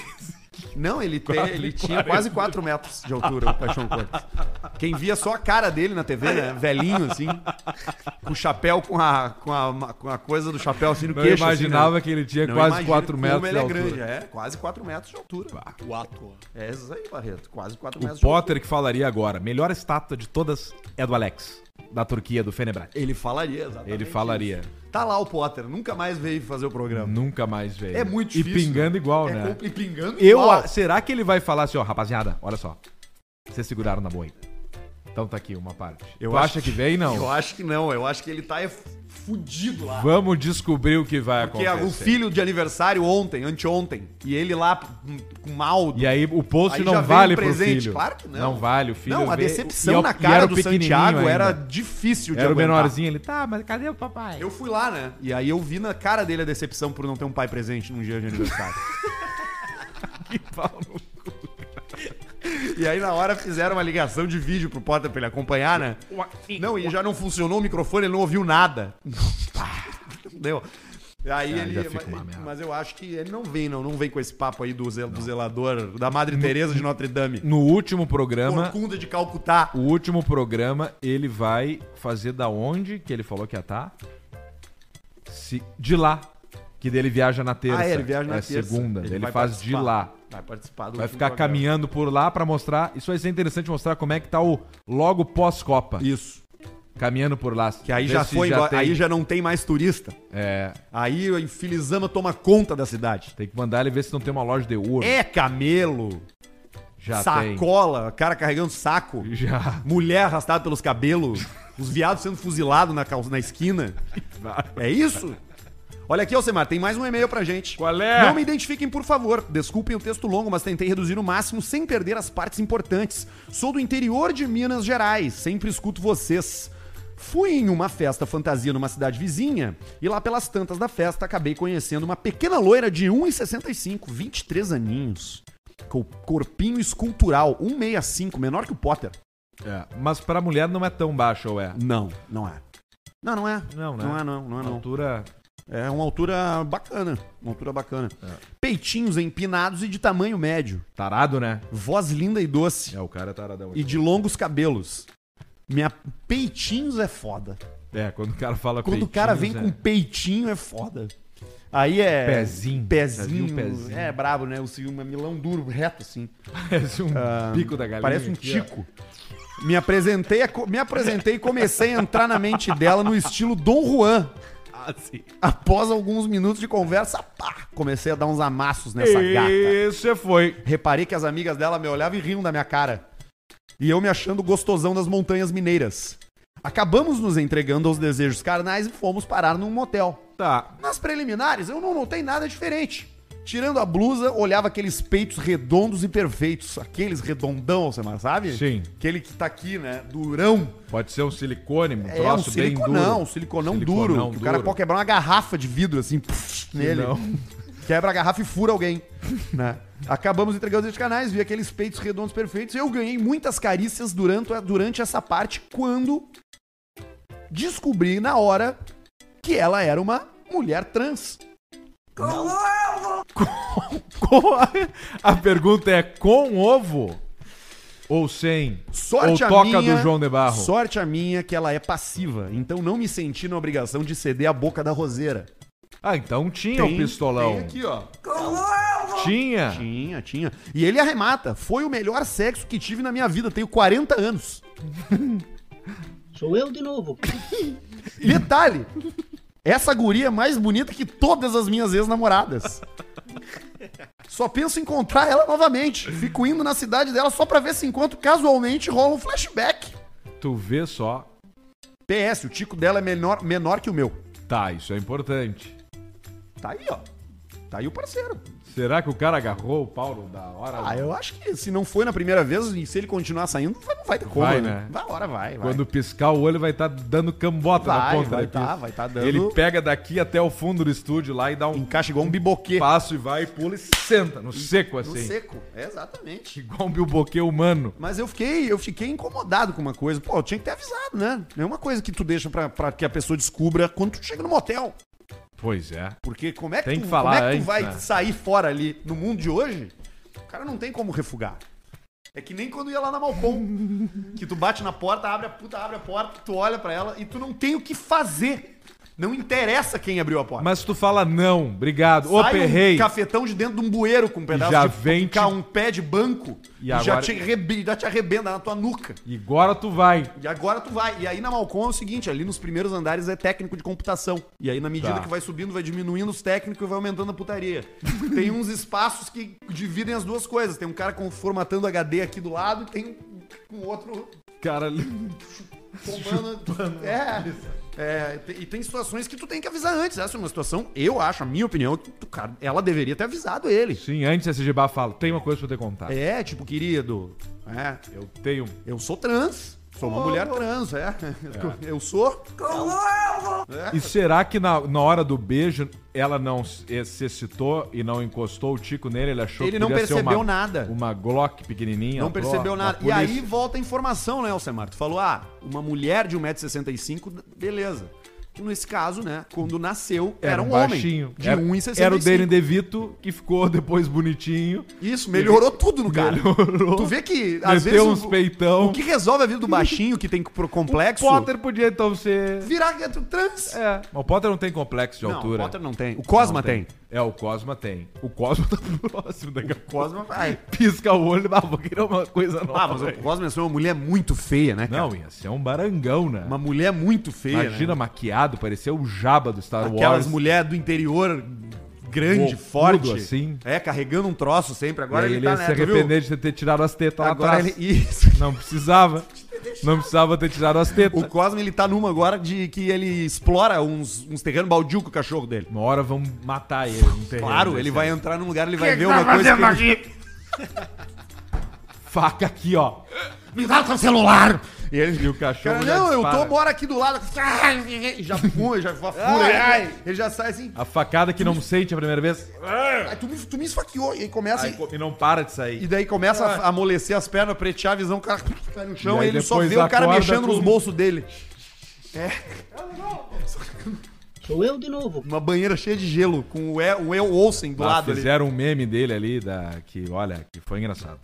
[SPEAKER 1] Não, ele, te-
[SPEAKER 2] Quatro e
[SPEAKER 1] ele tinha
[SPEAKER 2] quarenta.
[SPEAKER 1] quase 4 metros de altura, o Paixão Cortes. Quem via só a cara dele na TV, né? Velhinho, assim. Com o chapéu, com a, com a, com a coisa do chapéu assim no
[SPEAKER 2] Não
[SPEAKER 1] queixo.
[SPEAKER 2] imaginava
[SPEAKER 1] assim, né?
[SPEAKER 2] que ele tinha
[SPEAKER 1] Não
[SPEAKER 2] quase
[SPEAKER 1] imagina
[SPEAKER 2] 4
[SPEAKER 1] como
[SPEAKER 2] metros de
[SPEAKER 1] ele
[SPEAKER 2] altura.
[SPEAKER 1] é grande, é. Quase 4 metros de altura.
[SPEAKER 6] Quatro.
[SPEAKER 1] É isso aí, Barreto. Quase 4
[SPEAKER 2] O
[SPEAKER 1] metros
[SPEAKER 2] Potter que falaria agora. Melhor estátua de todas é do Alex, da Turquia, do Fenerbahçe.
[SPEAKER 1] de altura. Ele falaria, exatamente.
[SPEAKER 2] Ele falaria.
[SPEAKER 1] isso. Tá lá o Potter, nunca mais veio fazer o programa.
[SPEAKER 2] Nunca mais veio.
[SPEAKER 1] É muito
[SPEAKER 2] Hum. E
[SPEAKER 1] difícil,
[SPEAKER 2] pingando igual,
[SPEAKER 1] É
[SPEAKER 2] né?
[SPEAKER 1] compli- pingando
[SPEAKER 2] Eu,
[SPEAKER 1] igual.
[SPEAKER 2] a- será que ele vai falar assim, ó, rapaziada, olha só. Vocês seguraram na boi. Então tá aqui uma parte. Eu
[SPEAKER 1] acho
[SPEAKER 2] acho que vem,
[SPEAKER 1] Eu
[SPEAKER 2] não.
[SPEAKER 1] acho que não, eu acho que ele tá é fudido lá.
[SPEAKER 2] Vamos descobrir o que vai
[SPEAKER 1] Porque
[SPEAKER 2] acontecer.
[SPEAKER 1] o filho de aniversário ontem, anteontem, e ele lá hum, com mal.
[SPEAKER 2] E aí o post
[SPEAKER 1] Aí já
[SPEAKER 2] não
[SPEAKER 1] veio
[SPEAKER 2] vale
[SPEAKER 1] um
[SPEAKER 2] pro
[SPEAKER 1] presente,
[SPEAKER 2] filho.
[SPEAKER 1] claro que não.
[SPEAKER 2] vale o filho.
[SPEAKER 1] não, a
[SPEAKER 2] veio-
[SPEAKER 1] decepção
[SPEAKER 2] e-
[SPEAKER 1] na
[SPEAKER 2] e
[SPEAKER 1] cara
[SPEAKER 2] era o
[SPEAKER 1] do
[SPEAKER 2] pequenininho
[SPEAKER 1] Santiago
[SPEAKER 2] ainda.
[SPEAKER 1] era difícil de
[SPEAKER 2] Era o
[SPEAKER 1] aguentar.
[SPEAKER 2] menorzinho, ele, tá, mas cadê o papai?
[SPEAKER 1] Eu fui lá, né? E aí eu vi na cara dele a decepção por não ter um pai presente num dia de aniversário.
[SPEAKER 2] Que pau no
[SPEAKER 1] e aí na hora fizeram uma ligação de vídeo pro Potter pra ele acompanhar, né? Não, e já não funcionou o microfone, ele não ouviu nada. Pá, Entendeu? E Aí
[SPEAKER 2] Ah, já
[SPEAKER 1] ele.
[SPEAKER 2] fica uma
[SPEAKER 1] Mas,
[SPEAKER 2] merda.
[SPEAKER 1] mas eu acho que ele não vem, não. Não vem com esse papo aí do, zel- do zelador, da Madre Teresa de Notre Dame.
[SPEAKER 2] No último programa,
[SPEAKER 1] Corcunda de Calcutá.
[SPEAKER 2] o último programa, ele vai fazer da onde que ele falou que ia estar? Se, de lá. Que dele viaja na terça.
[SPEAKER 1] Ah, é, ele viaja na
[SPEAKER 2] é
[SPEAKER 1] terça.
[SPEAKER 2] segunda. Ele,
[SPEAKER 1] vai
[SPEAKER 2] faz de
[SPEAKER 1] participar.
[SPEAKER 2] lá.
[SPEAKER 1] Vai participar do
[SPEAKER 2] Vai
[SPEAKER 1] último
[SPEAKER 2] ficar
[SPEAKER 1] programa.
[SPEAKER 2] caminhando por lá pra mostrar. Isso vai ser interessante mostrar como é que tá o logo pós-Copa.
[SPEAKER 1] Isso.
[SPEAKER 2] Caminhando por lá.
[SPEAKER 1] Que aí
[SPEAKER 2] Ver
[SPEAKER 1] já
[SPEAKER 2] se
[SPEAKER 1] foi embora.
[SPEAKER 2] tem.
[SPEAKER 1] Aí já não tem mais turista.
[SPEAKER 2] É,
[SPEAKER 1] Aí o Filizama toma conta da cidade.
[SPEAKER 2] tem que mandar ele ver se não tem uma loja de ouro.
[SPEAKER 1] É camelo,
[SPEAKER 2] já tem.
[SPEAKER 1] sacola, cara carregando saco,
[SPEAKER 2] Já.
[SPEAKER 1] mulher arrastada pelos cabelos, os viados sendo fuzilados na, calça- na esquina. É isso? Olha aqui, Alcemar, tem mais um e-mail pra gente.
[SPEAKER 2] Qual é?
[SPEAKER 1] Não me identifiquem, por favor. Desculpem o texto longo, mas tentei reduzir o máximo sem perder as partes importantes. Sou do interior de Minas Gerais, sempre escuto vocês. Fui em uma festa fantasia numa cidade vizinha e lá pelas tantas da festa acabei conhecendo uma pequena loira de 1,65, 23 aninhos. Com corpinho escultural, 1,65, menor que o Potter.
[SPEAKER 2] É, Mas pra mulher não é tão baixo, ou é?
[SPEAKER 1] Não, não é. Não, não é.
[SPEAKER 2] Não, né?
[SPEAKER 1] Não é, não, não é,
[SPEAKER 2] Uma
[SPEAKER 1] não.
[SPEAKER 2] altura
[SPEAKER 1] É uma altura bacana. Uma altura bacana.
[SPEAKER 2] É.
[SPEAKER 1] Peitinhos empinados e de tamanho médio.
[SPEAKER 2] tarado, né?
[SPEAKER 1] Voz linda e doce.
[SPEAKER 2] É, o cara é taradão.
[SPEAKER 1] E de longos cabelos. Minha peitinhos é foda.
[SPEAKER 2] É, quando o cara fala
[SPEAKER 1] Quando o cara vem
[SPEAKER 2] peitinhos,
[SPEAKER 1] com peitinho é foda. Aí é.
[SPEAKER 2] Pezinho. Já viu
[SPEAKER 1] Pezinho.
[SPEAKER 2] um pezinho?
[SPEAKER 1] É brabo, né? O ciúme é milão duro, reto assim.
[SPEAKER 2] é. Parece um
[SPEAKER 1] Ah,
[SPEAKER 2] bico da galinha.
[SPEAKER 1] Parece um
[SPEAKER 2] aqui, ó.
[SPEAKER 1] tico. Me apresentei, a co- me apresentei e comecei a entrar na mente dela no estilo Dom Juan.
[SPEAKER 2] Ah, sim.
[SPEAKER 1] Após alguns minutos de conversa, pá, comecei a dar uns amassos nessa gata.
[SPEAKER 2] E você foi.
[SPEAKER 1] Reparei que as amigas dela me olhavam e riam da minha cara. E eu me achando gostosão das montanhas mineiras. Acabamos nos entregando aos desejos carnais e fomos parar num motel.
[SPEAKER 2] Tá.
[SPEAKER 1] Nas preliminares, eu não notei nada diferente. Tirando a blusa, olhava aqueles peitos redondos e perfeitos. Aqueles redondão, você mais sabe?
[SPEAKER 2] Sim.
[SPEAKER 1] Aquele que tá aqui, né? Durão.
[SPEAKER 2] Pode ser um silicone, um
[SPEAKER 1] É, um
[SPEAKER 2] troço bem duro.
[SPEAKER 1] siliconão, um siliconão,
[SPEAKER 2] Siliconão
[SPEAKER 1] duro. Que o cara
[SPEAKER 2] duro.
[SPEAKER 1] pode quebrar uma garrafa de vidro, assim, pff, nele.
[SPEAKER 2] não.
[SPEAKER 1] Quebra a garrafa e fura alguém. né? Acabamos entregando os canais, vi aqueles peitos redondos perfeitos. Eu ganhei muitas carícias durante, durante essa parte, quando descobri na hora que ela era uma mulher trans.
[SPEAKER 2] Com- A pergunta é com ovo ou sem?
[SPEAKER 1] Sorte
[SPEAKER 2] ou
[SPEAKER 1] a
[SPEAKER 2] toca
[SPEAKER 1] minha,
[SPEAKER 2] do João de Barro.
[SPEAKER 1] Sorte a minha que ela é passiva, então não me senti na obrigação de ceder a boca da roseira.
[SPEAKER 2] Ah, então tinha o pistolão.
[SPEAKER 1] Tem aqui, ó.
[SPEAKER 2] Tinha.
[SPEAKER 1] Tinha, tinha. E ele arremata. Foi o melhor sexo que tive na minha vida. Tenho 40 anos.
[SPEAKER 8] Sou eu de novo.
[SPEAKER 1] Detalhe. Essa guria é mais bonita que todas as minhas ex-namoradas. Só penso em encontrar ela novamente. Fico indo na cidade dela só pra ver se encontro casualmente e rola um flashback.
[SPEAKER 2] Tu vê só.
[SPEAKER 1] PS, o tico dela é menor, menor que o meu.
[SPEAKER 2] Tá, isso é importante.
[SPEAKER 1] Tá aí, ó. Tá aí o parceiro.
[SPEAKER 2] Será que o cara agarrou o Paulo da hora?
[SPEAKER 1] Ah, eu acho que se não foi na primeira vez e se ele continuar saindo, não vai ter como.
[SPEAKER 2] Vai, né?
[SPEAKER 1] Vai, hora vai, vai.
[SPEAKER 2] Quando piscar o olho vai estar dando cambota na
[SPEAKER 1] Vai,
[SPEAKER 2] ponta
[SPEAKER 1] vai
[SPEAKER 2] da
[SPEAKER 1] tá,
[SPEAKER 2] pista.
[SPEAKER 1] vai tá dando.
[SPEAKER 2] Ele pega daqui até o fundo do estúdio lá e dá um
[SPEAKER 1] Encaixa igual um biboquê.
[SPEAKER 2] passo e vai, pula e senta no seco
[SPEAKER 1] No
[SPEAKER 2] assim.
[SPEAKER 1] seco, é, exatamente.
[SPEAKER 2] Igual um bilboquê humano.
[SPEAKER 1] Mas eu fiquei, eu fiquei incomodado com uma coisa. Pô, eu tinha que ter avisado, né? Não é uma coisa que tu deixa pra, pra que a pessoa descubra quando tu chega no motel.
[SPEAKER 2] Pois é.
[SPEAKER 1] Porque como é que,
[SPEAKER 2] Tem
[SPEAKER 1] tu,
[SPEAKER 2] que falar
[SPEAKER 1] como é que tu
[SPEAKER 2] antes,
[SPEAKER 1] vai
[SPEAKER 2] né?
[SPEAKER 1] sair fora ali no mundo de hoje? O cara não tem como refugar. É que nem quando ia lá na Malcom, que tu bate na porta, abre a puta, abre a porta, tu olha pra ela e tu não tem o que fazer. Não interessa quem abriu a porta.
[SPEAKER 2] Mas tu fala não, obrigado. Ô,
[SPEAKER 1] Sai
[SPEAKER 2] perrei.
[SPEAKER 1] um cafetão de dentro de um bueiro com um pedaço
[SPEAKER 2] já
[SPEAKER 1] de
[SPEAKER 2] vem
[SPEAKER 1] um ca-
[SPEAKER 2] te-
[SPEAKER 1] um pé de banco
[SPEAKER 2] E
[SPEAKER 1] e, já,
[SPEAKER 2] agora-
[SPEAKER 1] te arrebe- já te arrebenta na tua nuca.
[SPEAKER 2] E agora tu vai.
[SPEAKER 1] E agora tu vai. E aí na Malcom é o seguinte, ali nos primeiros andares é técnico de computação. E aí na medida
[SPEAKER 2] Tá.
[SPEAKER 1] que vai subindo, vai diminuindo os técnicos e vai aumentando a putaria. tem uns espaços que dividem as duas coisas. Tem um cara com, formatando HD aqui do lado e tem um outro
[SPEAKER 2] Cara,
[SPEAKER 1] tomando... é. É, e tem- e tem situações que tu tem que avisar antes. Essa é uma situação, eu acho, a minha opinião, que tu, cara, ela deveria ter avisado ele.
[SPEAKER 2] sim, antes da SGBA fala, tem uma coisa pra eu te contar.
[SPEAKER 1] É, tipo, querido, é, eu
[SPEAKER 2] Tenho. um."
[SPEAKER 1] Eu sou trans. Sou uma mulher trans, é. Eu sou.
[SPEAKER 2] E será que na, na hora do beijo ela não se se excitou e não encostou o tico nele? Ele achou
[SPEAKER 1] Ele não
[SPEAKER 2] podia ser
[SPEAKER 1] percebeu
[SPEAKER 2] uma,
[SPEAKER 1] nada.
[SPEAKER 2] Uma Glock pequenininha.
[SPEAKER 1] Não
[SPEAKER 2] uma
[SPEAKER 1] percebeu
[SPEAKER 2] Glock,
[SPEAKER 1] nada.
[SPEAKER 2] uma
[SPEAKER 1] E aí
[SPEAKER 2] polícia.
[SPEAKER 1] volta a informação, né, Alcemar? Tu falou, ah, uma mulher de 1,65m, beleza. Que nesse caso, né, quando nasceu, era, um
[SPEAKER 2] baixinho.
[SPEAKER 1] homem. De
[SPEAKER 2] Era- Era o Danny
[SPEAKER 1] 1,65m.
[SPEAKER 2] DeVito, que ficou depois bonitinho.
[SPEAKER 1] Isso, melhorou tudo no cara.
[SPEAKER 2] Melhorou.
[SPEAKER 1] Tu vê que,
[SPEAKER 2] Meteu
[SPEAKER 1] às vezes,
[SPEAKER 2] uns
[SPEAKER 1] o,
[SPEAKER 2] peitão.
[SPEAKER 1] o que resolve a vida do baixinho, que tem pro complexo,
[SPEAKER 2] Potter podia então ser...
[SPEAKER 1] virar trans.
[SPEAKER 2] É, mas o Potter não tem complexo de
[SPEAKER 1] Não,
[SPEAKER 2] altura.
[SPEAKER 1] o Potter não tem. O Cosma
[SPEAKER 2] Não
[SPEAKER 1] tem.
[SPEAKER 2] É, o Cosma tem. O Cosma tá próximo daqui a pouco.
[SPEAKER 1] Cosma vai.
[SPEAKER 2] Pisca o olho, ah, vou querer uma coisa nova.
[SPEAKER 1] Ah, mas o
[SPEAKER 2] velho.
[SPEAKER 1] Cosma é uma mulher muito feia, né, cara?
[SPEAKER 2] Não, ia ser um barangão, né?
[SPEAKER 1] Uma mulher muito feia,
[SPEAKER 2] Imagina
[SPEAKER 1] né?
[SPEAKER 2] maquiado, parecia o Jabba do Star
[SPEAKER 1] Aquelas
[SPEAKER 2] Wars.
[SPEAKER 1] mulheres do interior grande,
[SPEAKER 2] Bocudo,
[SPEAKER 1] forte.
[SPEAKER 2] assim.
[SPEAKER 1] É, carregando um troço sempre. Agora
[SPEAKER 2] E aí
[SPEAKER 1] ele,
[SPEAKER 2] ele
[SPEAKER 1] tá
[SPEAKER 2] ia se
[SPEAKER 1] né, tu viu?
[SPEAKER 2] arrepender de ter tirado as tetas lá
[SPEAKER 1] Agora
[SPEAKER 2] atrás.
[SPEAKER 1] ele... Isso.
[SPEAKER 2] Não precisava. Não precisava ter tirado as tetas.
[SPEAKER 1] O Cosme, ele tá numa agora de que ele explora uns, uns terrenos baldio com o cachorro dele.
[SPEAKER 2] Uma hora vamos matar ele num terreno.
[SPEAKER 1] Claro,
[SPEAKER 2] desse
[SPEAKER 1] ele
[SPEAKER 2] aí.
[SPEAKER 1] vai entrar num lugar, ele vai
[SPEAKER 3] Vai
[SPEAKER 1] ver uma coisa que tá ele...
[SPEAKER 3] aqui?
[SPEAKER 2] Faca aqui, ó.
[SPEAKER 3] Me dá seu celular.
[SPEAKER 2] E, ele... e o cachorro
[SPEAKER 1] Cara,
[SPEAKER 2] já
[SPEAKER 1] não, eu tô,
[SPEAKER 2] dispara.
[SPEAKER 1] bora aqui do lado. E Já fura, já fura. ele, ele já sai assim.
[SPEAKER 2] A facada que não sente a primeira vez
[SPEAKER 1] Aí tu, me, tu me esfaqueou. E aí começa... e-
[SPEAKER 2] e não para de sair.
[SPEAKER 1] E daí começa a a amolecer as pernas, pretear a visão, o cara cai no chão
[SPEAKER 2] E
[SPEAKER 1] e,
[SPEAKER 2] aí
[SPEAKER 1] ele só
[SPEAKER 2] depois
[SPEAKER 1] vê o cara
[SPEAKER 2] acorda
[SPEAKER 1] mexendo nos
[SPEAKER 2] tudo.
[SPEAKER 1] bolsos dele.
[SPEAKER 8] Sou eu de novo.
[SPEAKER 1] Uma banheira cheia de gelo, com o, e, o El Olsen do
[SPEAKER 2] Ah,
[SPEAKER 1] lado ali.
[SPEAKER 2] fizeram um meme dele ali, da, que olha, que foi engraçado.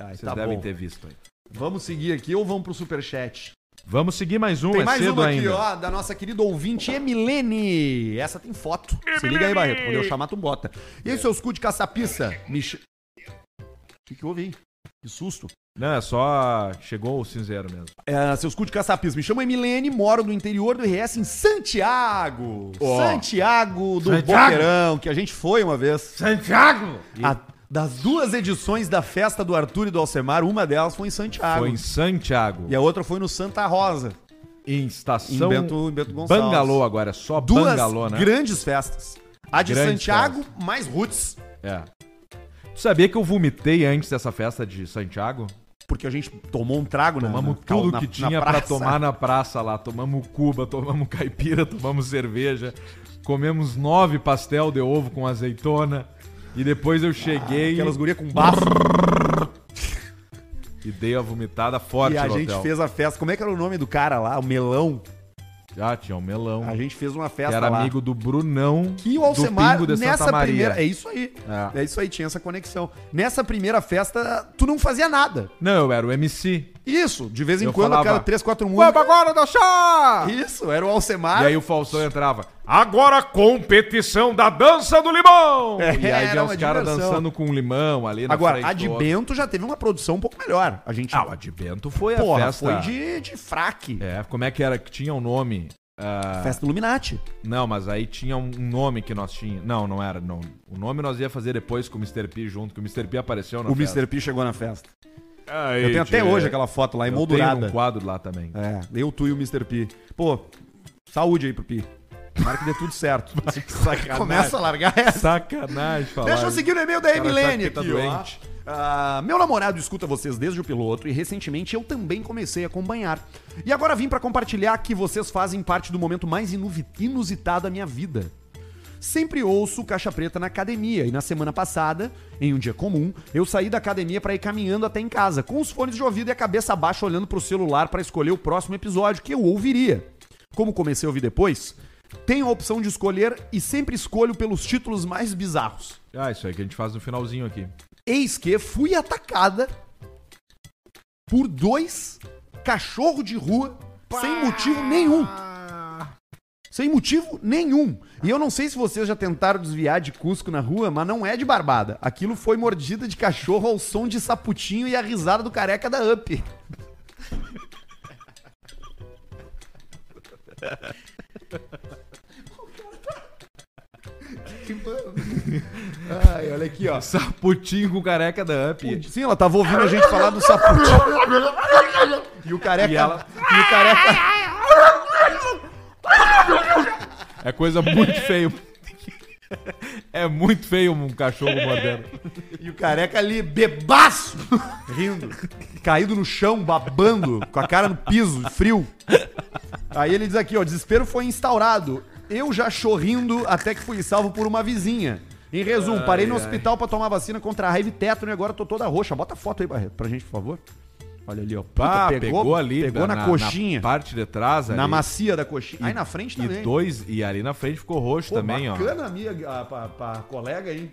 [SPEAKER 1] Ai,
[SPEAKER 2] Vocês
[SPEAKER 1] tá
[SPEAKER 2] devem
[SPEAKER 1] bom.
[SPEAKER 2] ter visto aí.
[SPEAKER 1] Vamos seguir aqui ou vamos pro superchat?
[SPEAKER 2] Vamos seguir mais um,
[SPEAKER 1] Tem
[SPEAKER 2] é
[SPEAKER 1] mais
[SPEAKER 2] cedo
[SPEAKER 1] uma aqui,
[SPEAKER 2] ainda.
[SPEAKER 1] ó, da nossa querida ouvinte Emilene. Essa tem foto. Se liga aí, Barreto. Quando eu chamar, tu bota. E aí, seus cu de caçapiça? Mich... O que, que houve aí? Que susto.
[SPEAKER 2] Não, é só. Chegou o cinzeiro mesmo.
[SPEAKER 1] É, seus cu de caçapismo. Me chamo Emilene, moro no interior do RS em Santiago. Santiago do
[SPEAKER 2] Santiago.
[SPEAKER 1] Boqueirão, que a gente foi uma vez.
[SPEAKER 3] Santiago!
[SPEAKER 1] A- das duas edições da festa do Arthur e do Alcemar, uma delas foi em Santiago.
[SPEAKER 2] Foi em Santiago.
[SPEAKER 1] E a outra foi no Santa Rosa.
[SPEAKER 2] Em estação.
[SPEAKER 1] Em Bento- em Bento Gonçalves.
[SPEAKER 2] Bangalô agora, é só
[SPEAKER 1] Duas
[SPEAKER 2] Bangalô, né?
[SPEAKER 1] grandes festas. A de
[SPEAKER 2] Grandes
[SPEAKER 1] Santiago, mais roots.
[SPEAKER 2] É. Tu sabia que eu vomitei antes dessa festa de Santiago?
[SPEAKER 1] Porque a gente tomou um trago, né?
[SPEAKER 2] Tomamos
[SPEAKER 1] Na-
[SPEAKER 2] tudo
[SPEAKER 1] na-
[SPEAKER 2] que
[SPEAKER 1] na
[SPEAKER 2] tinha pra
[SPEAKER 1] praça.
[SPEAKER 2] tomar na praça lá. Tomamos cuba, tomamos caipira, tomamos cerveja. Comemos nove pastel de ovo com azeitona. E depois eu cheguei
[SPEAKER 1] Ah, Aquelas gurias com bafo.
[SPEAKER 2] e dei a vomitada forte
[SPEAKER 1] E a
[SPEAKER 2] no
[SPEAKER 1] gente
[SPEAKER 2] hotel.
[SPEAKER 1] fez a festa. Como é que era o nome do cara lá? O Melão.
[SPEAKER 2] Já tinha um melão.
[SPEAKER 1] A gente fez uma
[SPEAKER 2] que
[SPEAKER 1] festa
[SPEAKER 2] era
[SPEAKER 1] lá.
[SPEAKER 2] amigo do Brunão.
[SPEAKER 1] Que o Alcemar,
[SPEAKER 2] do Pingo de Santa
[SPEAKER 1] nessa
[SPEAKER 2] Maria.
[SPEAKER 1] primeira. É isso aí. É.
[SPEAKER 2] É.
[SPEAKER 1] isso aí, tinha essa conexão. Nessa primeira festa, tu não fazia nada.
[SPEAKER 2] Não, eu era o MC.
[SPEAKER 1] Isso, de vez em
[SPEAKER 2] Eu
[SPEAKER 1] quando,
[SPEAKER 2] falava,
[SPEAKER 1] aquela três, quatro
[SPEAKER 2] Vamos
[SPEAKER 1] músicas.
[SPEAKER 2] agora do chá!
[SPEAKER 1] Isso, era o
[SPEAKER 2] E
[SPEAKER 1] Alcemar.
[SPEAKER 2] aí o Faustão entrava. Agora competição da dança do limão!
[SPEAKER 1] É,
[SPEAKER 2] e aí
[SPEAKER 1] era
[SPEAKER 2] vinha
[SPEAKER 1] uma
[SPEAKER 2] os caras
[SPEAKER 1] diversão.
[SPEAKER 2] dançando com limão ali na
[SPEAKER 1] Agora,
[SPEAKER 2] frente
[SPEAKER 1] a de
[SPEAKER 2] do outro.
[SPEAKER 1] Bento já teve uma produção um pouco melhor. A gente.
[SPEAKER 2] Ah, a de Bento foi
[SPEAKER 1] porra,
[SPEAKER 2] a festa.
[SPEAKER 1] foi de, de fraque.
[SPEAKER 2] É, como é que era que tinha um nome? Ah,
[SPEAKER 1] Festa Illuminati.
[SPEAKER 2] não, mas aí tinha um um nome que nós tínhamos. Não, não era. Não. O nome nós ia fazer depois com o Mr. P junto, que o Mr. P apareceu na
[SPEAKER 1] o
[SPEAKER 2] festa.
[SPEAKER 1] Mr. P chegou na festa.
[SPEAKER 2] Aí,
[SPEAKER 1] Eu tenho até
[SPEAKER 2] tchê.
[SPEAKER 1] hoje aquela foto lá,
[SPEAKER 2] Eu
[SPEAKER 1] emoldurada.
[SPEAKER 2] tenho um quadro lá também.
[SPEAKER 1] É, eu, tu e o Mr. P. Pô, saúde aí pro P. Tomara que dê tudo certo. Começa a largar essa.
[SPEAKER 2] Sacanagem falar.
[SPEAKER 1] Deixa eu
[SPEAKER 2] isso.
[SPEAKER 1] seguir o e-mail da
[SPEAKER 2] Cara,
[SPEAKER 1] Emilene
[SPEAKER 2] jaqueta
[SPEAKER 1] aqui,
[SPEAKER 2] doente.
[SPEAKER 1] ó. Ah, meu namorado escuta vocês desde o piloto e recentemente eu também comecei a acompanhar. E agora vim pra compartilhar que vocês fazem parte do momento mais inuvi- inusitado da minha vida. Sempre ouço Caixa Preta na academia e na semana passada, em um dia comum, eu saí da academia pra ir caminhando até em casa, com os fones de ouvido e a cabeça baixa olhando pro celular pra escolher o próximo episódio que eu ouviria. Como comecei a ouvir depois, Tenho a opção de escolher e sempre escolho pelos títulos mais bizarros.
[SPEAKER 2] Ah, isso aí que a gente faz no finalzinho aqui.
[SPEAKER 1] Eis que fui atacada por dois cachorro de rua sem motivo nenhum. Sem motivo nenhum. E eu não sei se vocês já tentaram desviar de Cusco na rua, mas não é de barbada. Aquilo foi mordida de cachorro ao som de saputinho e a risada do careca da UP. Ai, olha aqui, ó.
[SPEAKER 2] Saputinho com careca da UP.
[SPEAKER 1] Sim, ela tava ouvindo a gente falar do saputinho. E o careca.
[SPEAKER 2] E ela-
[SPEAKER 1] e o careca.
[SPEAKER 2] É coisa muito feia. É muito feio um cachorro mordendo.
[SPEAKER 1] E o careca ali, bebaço! Rindo. Caído no chão, babando, com a cara no piso, frio. Aí ele diz aqui, ó, desespero foi instaurado. Eu já chorrindo até que fui salvo por uma vizinha. Em resumo, parei no hospital pra tomar vacina contra a raiva e tétano e agora tô toda roxa. Bota a foto aí, Barreto, pra gente, por favor. Olha ali, ó. Puta,
[SPEAKER 2] Pá, pegou, ali, tá
[SPEAKER 1] Pegou na, coxinha.
[SPEAKER 2] Na parte de trás
[SPEAKER 1] Na,
[SPEAKER 2] ali.
[SPEAKER 1] macia da coxinha. Aí na frente
[SPEAKER 2] E
[SPEAKER 1] também.
[SPEAKER 2] dois, e ali na frente ficou roxo
[SPEAKER 1] Pô,
[SPEAKER 2] também, ó.
[SPEAKER 1] bacana a minha a, pra, pra colega aí.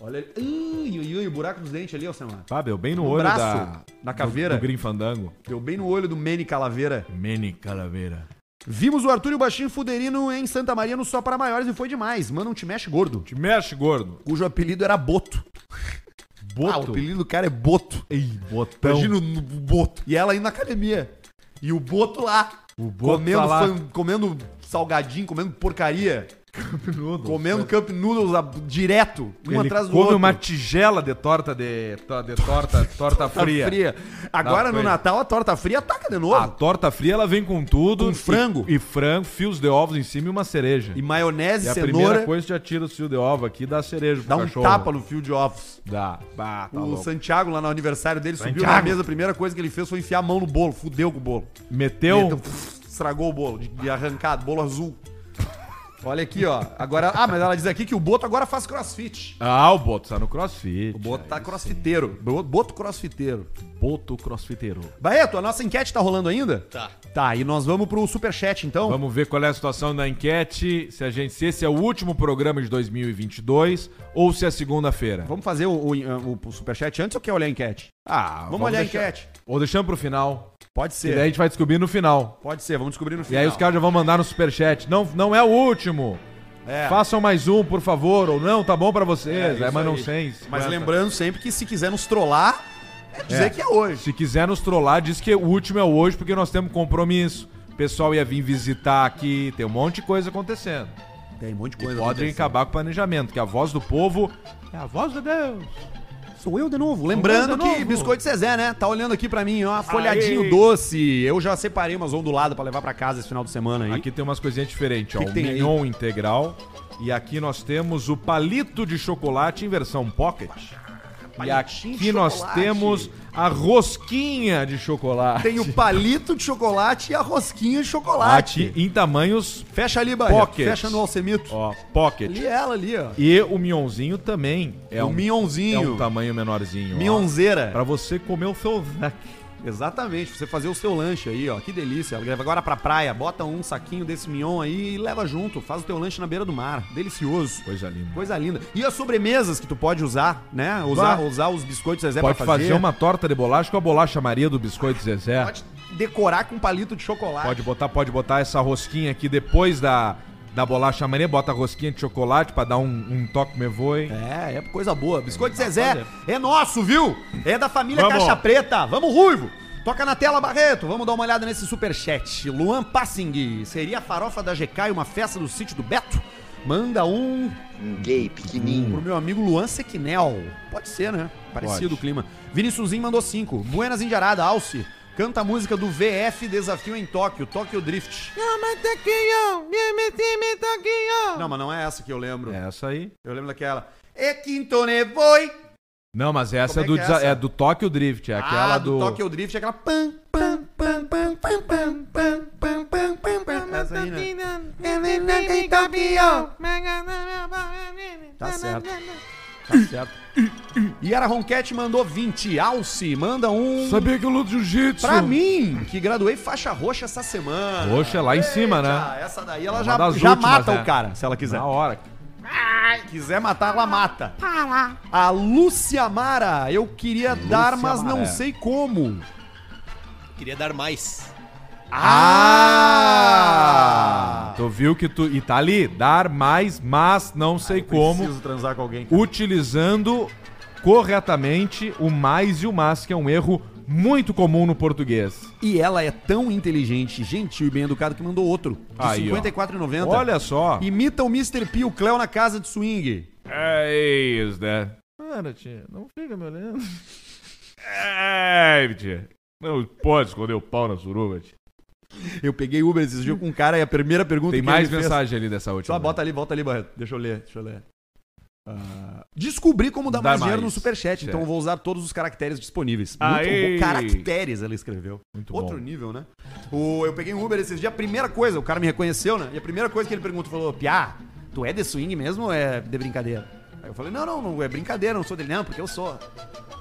[SPEAKER 1] Olha ali. Ui, ui, ui, o buraco dos dentes ali, ó, Samar.
[SPEAKER 2] Pá, deu é bem no,
[SPEAKER 1] No
[SPEAKER 2] olho
[SPEAKER 1] braço,
[SPEAKER 2] da...
[SPEAKER 1] na caveira.
[SPEAKER 2] Do, do Grinfandango.
[SPEAKER 1] Deu bem no olho do Manny Calaveira.
[SPEAKER 2] Mene Calaveira.
[SPEAKER 1] Vimos o Arthur e o Baixinho Fuderino em Santa Maria no Só Para Maiores e foi demais. Mano, um te mexe gordo.
[SPEAKER 2] Te mexe, gordo.
[SPEAKER 1] Cujo apelido era Boto. Ah, o
[SPEAKER 2] Boto.
[SPEAKER 1] apelido do cara é Boto.
[SPEAKER 2] Ei, botão.
[SPEAKER 1] Imagina o o Boto. E ela indo na academia. E o Boto lá.
[SPEAKER 2] O Boto
[SPEAKER 1] comendo,
[SPEAKER 2] tá lá.
[SPEAKER 1] fan- comendo salgadinho, comendo porcaria. Comendo Cup Noodles a- direto, um
[SPEAKER 2] Ele
[SPEAKER 1] atrás do
[SPEAKER 2] come
[SPEAKER 1] outro.
[SPEAKER 2] uma tigela de torta de, to- de torta,
[SPEAKER 1] torta
[SPEAKER 2] torta fria.
[SPEAKER 1] Agora
[SPEAKER 2] Tá
[SPEAKER 1] no
[SPEAKER 2] fria.
[SPEAKER 1] Natal a torta fria ataca de novo.
[SPEAKER 2] A torta fria ela vem com tudo.
[SPEAKER 1] Com
[SPEAKER 2] e-
[SPEAKER 1] frango.
[SPEAKER 2] E, frango, fios de ovos em cima e uma cereja.
[SPEAKER 1] E
[SPEAKER 2] E,
[SPEAKER 1] maionese,
[SPEAKER 2] a
[SPEAKER 1] cenoura,
[SPEAKER 2] primeira coisa já tira o fio de ovo aqui e dá a cereja pro
[SPEAKER 1] dá um
[SPEAKER 2] cachorro.
[SPEAKER 1] tapa no fio de ovos.
[SPEAKER 2] Dá. Bah, tá
[SPEAKER 1] o
[SPEAKER 2] louco.
[SPEAKER 1] Santiago, lá no aniversário dele, subiu na
[SPEAKER 2] Santiago.
[SPEAKER 1] mesa. A primeira coisa que ele fez foi enfiar a mão no bolo. Fudeu com o bolo.
[SPEAKER 2] Meteu.
[SPEAKER 1] Meteu, pff, estragou o bolo, de, de arrancado, bolo azul. Olha aqui, ó. Agora, ah, mas ela diz aqui que o Boto agora faz crossfit.
[SPEAKER 2] Ah, o Boto tá no crossfit.
[SPEAKER 1] O Boto tá crossfiteiro. Bo- Boto crossfiteiro.
[SPEAKER 2] Boto crossfiteiro.
[SPEAKER 1] Barreto, a nossa enquete tá rolando ainda?
[SPEAKER 6] Tá.
[SPEAKER 1] Tá, e nós vamos pro superchat então.
[SPEAKER 2] Vamos ver qual é a situação da enquete, se a gente se esse é o último programa de 2022 ou se é segunda-feira.
[SPEAKER 1] Vamos fazer o, o, o superchat antes ou quer olhar a enquete?
[SPEAKER 2] Ah,
[SPEAKER 1] Vamos, olhar
[SPEAKER 2] deixar-
[SPEAKER 1] a enquete.
[SPEAKER 2] Ou deixamos pro final.
[SPEAKER 1] Pode
[SPEAKER 2] E daí a
[SPEAKER 1] ser.
[SPEAKER 2] gente vai descobrir no final.
[SPEAKER 1] Pode ser, vamos descobrir no
[SPEAKER 2] E aí os caras já vão mandar no superchat. Não, não é o último.
[SPEAKER 1] É.
[SPEAKER 2] Façam mais um, por favor. Ou não, tá bom pra vocês.
[SPEAKER 1] isso
[SPEAKER 2] É, mas não
[SPEAKER 1] aí.
[SPEAKER 2] sei.
[SPEAKER 1] Mas
[SPEAKER 2] cinquenta.
[SPEAKER 1] lembrando sempre que se quiser nos trollar, é dizer
[SPEAKER 2] É.
[SPEAKER 1] que é hoje.
[SPEAKER 2] Se quiser nos trollar, diz que o último é hoje porque nós temos compromisso. O pessoal ia vir visitar aqui, tem um monte de coisa acontecendo.
[SPEAKER 1] Tem um monte de
[SPEAKER 2] E
[SPEAKER 1] coisa.
[SPEAKER 2] podem
[SPEAKER 1] acontecendo.
[SPEAKER 2] acabar com o planejamento, que a voz do povo é a voz de Deus.
[SPEAKER 1] Sou eu de novo. Lembrando
[SPEAKER 2] de
[SPEAKER 1] que
[SPEAKER 2] novo.
[SPEAKER 1] Biscoito Zezé, né? Tá olhando aqui pra mim, ó. Folhadinho doce. Eu já separei umas onduladas pra levar pra casa esse final de semana aí.
[SPEAKER 2] Aqui tem umas coisinhas diferentes, ó.
[SPEAKER 1] Que que
[SPEAKER 2] o
[SPEAKER 1] tem aí?
[SPEAKER 2] mignon integral. E aqui nós temos o palito de chocolate em versão pocket. E
[SPEAKER 1] Palitinho
[SPEAKER 2] aqui
[SPEAKER 1] de
[SPEAKER 2] nós
[SPEAKER 1] chocolate.
[SPEAKER 2] temos a rosquinha de chocolate.
[SPEAKER 1] Tem o palito de chocolate e a rosquinha de
[SPEAKER 2] Aqui
[SPEAKER 1] chocolate.
[SPEAKER 2] em tamanhos
[SPEAKER 1] Fecha ali, Bahia.
[SPEAKER 2] Pocket.
[SPEAKER 1] Fecha no alcemito.
[SPEAKER 2] ó, pocket.
[SPEAKER 1] Ali ela ali, ó.
[SPEAKER 2] E o mionzinho também é
[SPEAKER 1] é. o
[SPEAKER 2] um é
[SPEAKER 1] minhonzinho.
[SPEAKER 2] um tamanho menorzinho. ó.
[SPEAKER 1] Minhonzeira.
[SPEAKER 2] Pra você comer o seu snack.
[SPEAKER 1] Exatamente, você fazer o seu lanche aí, ó. Que delícia. Agora pra praia, bota um saquinho desse mignon aí e leva junto. Faz o teu lanche na beira do mar. Delicioso.
[SPEAKER 2] Coisa linda.
[SPEAKER 1] Coisa linda. E as sobremesas que tu pode usar, né? Usar,
[SPEAKER 2] Bah.
[SPEAKER 1] usar os biscoitos Zezé é,
[SPEAKER 2] Pode
[SPEAKER 1] pra
[SPEAKER 2] fazer.
[SPEAKER 1] fazer.
[SPEAKER 2] uma torta de bolacha com a bolacha Maria do Biscoito Zezé.
[SPEAKER 1] Pode decorar com palito de chocolate.
[SPEAKER 2] Pode botar, pode botar essa rosquinha aqui depois da, da bolacha Maria, bota a rosquinha de chocolate pra dar um, um toque me voe.
[SPEAKER 1] É, é coisa boa. Biscoito Zezé é nosso, viu? É da família
[SPEAKER 2] Vamos.
[SPEAKER 1] Caixa Preta. Vamos, Ruivo! Toca na tela, Barreto. Vamos dar uma olhada nesse superchat. Luan Passing. Seria a farofa da GK e uma festa do sítio do Beto? Manda um
[SPEAKER 6] Um gay pequenininho.
[SPEAKER 1] Pro meu amigo Luan Sequinel. Pode ser, né? Parecido
[SPEAKER 2] Pode.
[SPEAKER 1] o clima. Viniciusinho mandou cinco. Buenas Indiarada, Alce. Canta a música do VF Desafio em Tóquio, Tóquio Drift. Não, mas não é essa que eu lembro.
[SPEAKER 2] É essa aí.
[SPEAKER 1] Eu lembro daquela. "É então E quinto nevoi.
[SPEAKER 2] Não, mas
[SPEAKER 1] Como
[SPEAKER 2] essa é,
[SPEAKER 1] é
[SPEAKER 2] do,
[SPEAKER 1] que é
[SPEAKER 2] desa-
[SPEAKER 1] essa?
[SPEAKER 2] é do Tóquio Drift, é aquela
[SPEAKER 1] ah,
[SPEAKER 2] do.
[SPEAKER 1] Tóquio Drift, é aquela pam, pam, pam, pam, pam, pam, pam, pam, pam, pam, pam. Essa aí, né? Tá certo. Tá certo. Yara Ronquete mandou 20. Alce, manda um.
[SPEAKER 2] Sabia que eu luto jiu-jitsu.
[SPEAKER 1] Pra mim, que graduei faixa roxa essa semana.
[SPEAKER 2] Roxa lá em cima, né?
[SPEAKER 1] Eita, Essa daí ela
[SPEAKER 2] Uma
[SPEAKER 1] já,
[SPEAKER 2] das
[SPEAKER 1] já
[SPEAKER 2] últimas,
[SPEAKER 1] mata
[SPEAKER 2] né?
[SPEAKER 1] o cara, se ela quiser.
[SPEAKER 2] Na hora.
[SPEAKER 1] Quiser matar, ela mata. A Lúcia Mara, eu queria dar, mas não
[SPEAKER 2] Mara.
[SPEAKER 1] sei como.
[SPEAKER 6] Queria dar mais.
[SPEAKER 1] Ah!
[SPEAKER 2] Tu viu que tu. E tá ali, dar mais, mas não sei como.
[SPEAKER 1] Ah, Preciso transar com alguém.
[SPEAKER 2] utilizando corretamente o mais e o mas, que é um erro muito comum no português.
[SPEAKER 1] E ela é tão inteligente, gentil e bem educada que mandou outro. De
[SPEAKER 2] Aí, ó.
[SPEAKER 1] 54,90.
[SPEAKER 2] Olha só.
[SPEAKER 1] Imita o Mr. P, o Cléo na casa de swing.
[SPEAKER 2] É isso, né? Mano, tia, não fica me olhando. É, tia. Não pode esconder o pau na suruba, tia.
[SPEAKER 1] Eu peguei Uber esses dias com um cara e a primeira pergunta
[SPEAKER 2] Tem
[SPEAKER 1] que
[SPEAKER 2] mais
[SPEAKER 1] ele fez-
[SPEAKER 2] mensagem ali dessa última. né?
[SPEAKER 1] Só Tá, bota ali, volta ali, Barreto. Deixa eu ler, deixa eu ler. Ah, descobri como dar
[SPEAKER 2] Dá
[SPEAKER 1] mais dinheiro no
[SPEAKER 2] mais. É.
[SPEAKER 1] superchat, então eu vou usar todos os caracteres disponíveis.
[SPEAKER 2] Aê!
[SPEAKER 1] bom. Caracteres, ela escreveu.
[SPEAKER 2] Muito
[SPEAKER 1] Outro
[SPEAKER 2] bom.
[SPEAKER 1] nível, né? O, eu peguei um Uber esses dias, a primeira coisa, o cara me reconheceu, né? E a primeira coisa que ele perguntou, falou, Piá, tu é de swing mesmo ou é de brincadeira? Aí eu falei, não, não, não é brincadeira, não sou dele. Não, porque eu sou.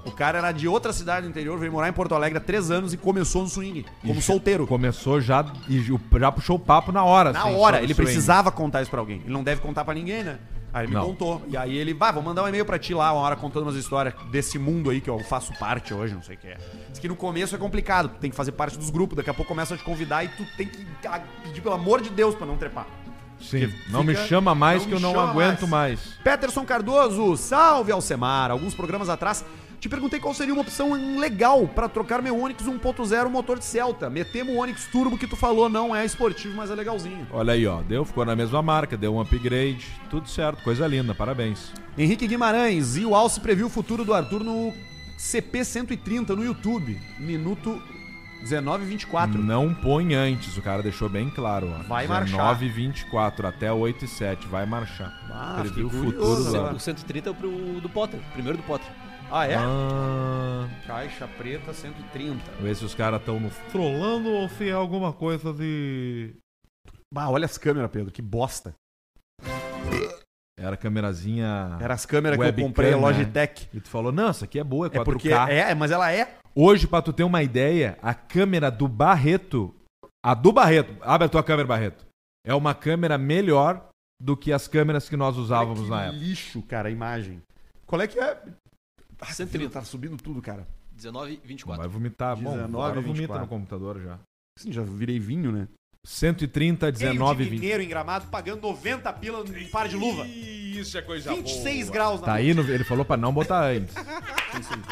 [SPEAKER 1] O cara era de outra cidade do interior, veio morar em Porto Alegre há três anos e começou no swing, como
[SPEAKER 2] E
[SPEAKER 1] solteiro.
[SPEAKER 2] Começou já e ju- já puxou o papo na hora.
[SPEAKER 1] Na
[SPEAKER 2] assim,
[SPEAKER 1] hora,
[SPEAKER 2] sobre
[SPEAKER 1] ele
[SPEAKER 2] swing.
[SPEAKER 1] precisava contar isso pra alguém. Ele não deve contar pra ninguém, né? Aí ele me
[SPEAKER 2] Não.
[SPEAKER 1] contou. E aí ele, vai, vou mandar um e-mail pra ti lá, uma hora contando umas histórias desse mundo aí que eu faço parte hoje, não sei o que é. Diz que no começo é complicado, tu tem que fazer parte dos grupos, daqui a pouco começam a te convidar e tu tem que ah, pedir pelo amor de Deus pra não trepar.
[SPEAKER 2] Sim.
[SPEAKER 1] Porque
[SPEAKER 2] Não me
[SPEAKER 1] fica-
[SPEAKER 2] chama mais
[SPEAKER 1] não
[SPEAKER 2] que eu
[SPEAKER 1] me
[SPEAKER 2] não
[SPEAKER 1] chama
[SPEAKER 2] aguento mais.
[SPEAKER 1] Peterson Cardoso, salve Alcemar. Alguns programas atrás te perguntei qual seria uma opção legal pra trocar meu Onix 1.0 motor de Celta. Metemos o Onix Turbo que tu falou, não é esportivo, mas é legalzinho.
[SPEAKER 2] Olha aí, ó. Deu, ficou na mesma marca, deu um upgrade. Tudo certo, coisa linda, parabéns.
[SPEAKER 1] Henrique Guimarães e o Alce previu o futuro do Arthur no CP 130 no YouTube, minuto 19 e 24.
[SPEAKER 2] Não põe antes, o cara deixou bem claro. Ó.
[SPEAKER 1] Hum. Vai
[SPEAKER 2] 19 24 até 8 e 7, vai marchar.
[SPEAKER 1] Ah,
[SPEAKER 2] Previu o
[SPEAKER 1] fiquei
[SPEAKER 2] futuro
[SPEAKER 1] curioso
[SPEAKER 2] do
[SPEAKER 1] agora.
[SPEAKER 6] O 130 é pro do Potter, primeiro do Potter.
[SPEAKER 1] Ah, é?
[SPEAKER 2] Ah,
[SPEAKER 1] Caixa preta 130.
[SPEAKER 2] vê se os caras estão no... Trolando ou se é alguma coisa de...
[SPEAKER 1] Bah, olha as câmeras, Pedro, que bosta.
[SPEAKER 2] Era a câmerazinha...
[SPEAKER 1] Era as câmeras que eu
[SPEAKER 2] Webcam,
[SPEAKER 1] comprei, a
[SPEAKER 2] né?
[SPEAKER 1] Logitech.
[SPEAKER 2] E tu falou, não, essa aqui é boa, é 4K.
[SPEAKER 1] É porque é, mas ela é.
[SPEAKER 2] Hoje, pra tu ter uma ideia, a câmera do Barreto... A do Barreto, abre a tua câmera, Barreto. É uma câmera melhor do que as câmeras que nós usávamos na
[SPEAKER 1] Que
[SPEAKER 2] época.
[SPEAKER 1] lixo, cara, a imagem. Qual é que é? Ah,
[SPEAKER 6] 130.
[SPEAKER 1] Tá subindo tudo, cara.
[SPEAKER 6] 19 24.
[SPEAKER 2] Vai vomitar. Bom,
[SPEAKER 1] 19,
[SPEAKER 2] agora vomita
[SPEAKER 1] 24.
[SPEAKER 2] no computador já.
[SPEAKER 1] Assim, já virei vinho, né?
[SPEAKER 2] 130, 19, 20.
[SPEAKER 1] mineiro em gramado pagando 90 pila em par de luva.
[SPEAKER 2] Isso é coisa
[SPEAKER 1] 26 graus
[SPEAKER 2] Tá aí, no, ele falou pra não botar antes.
[SPEAKER 1] Tá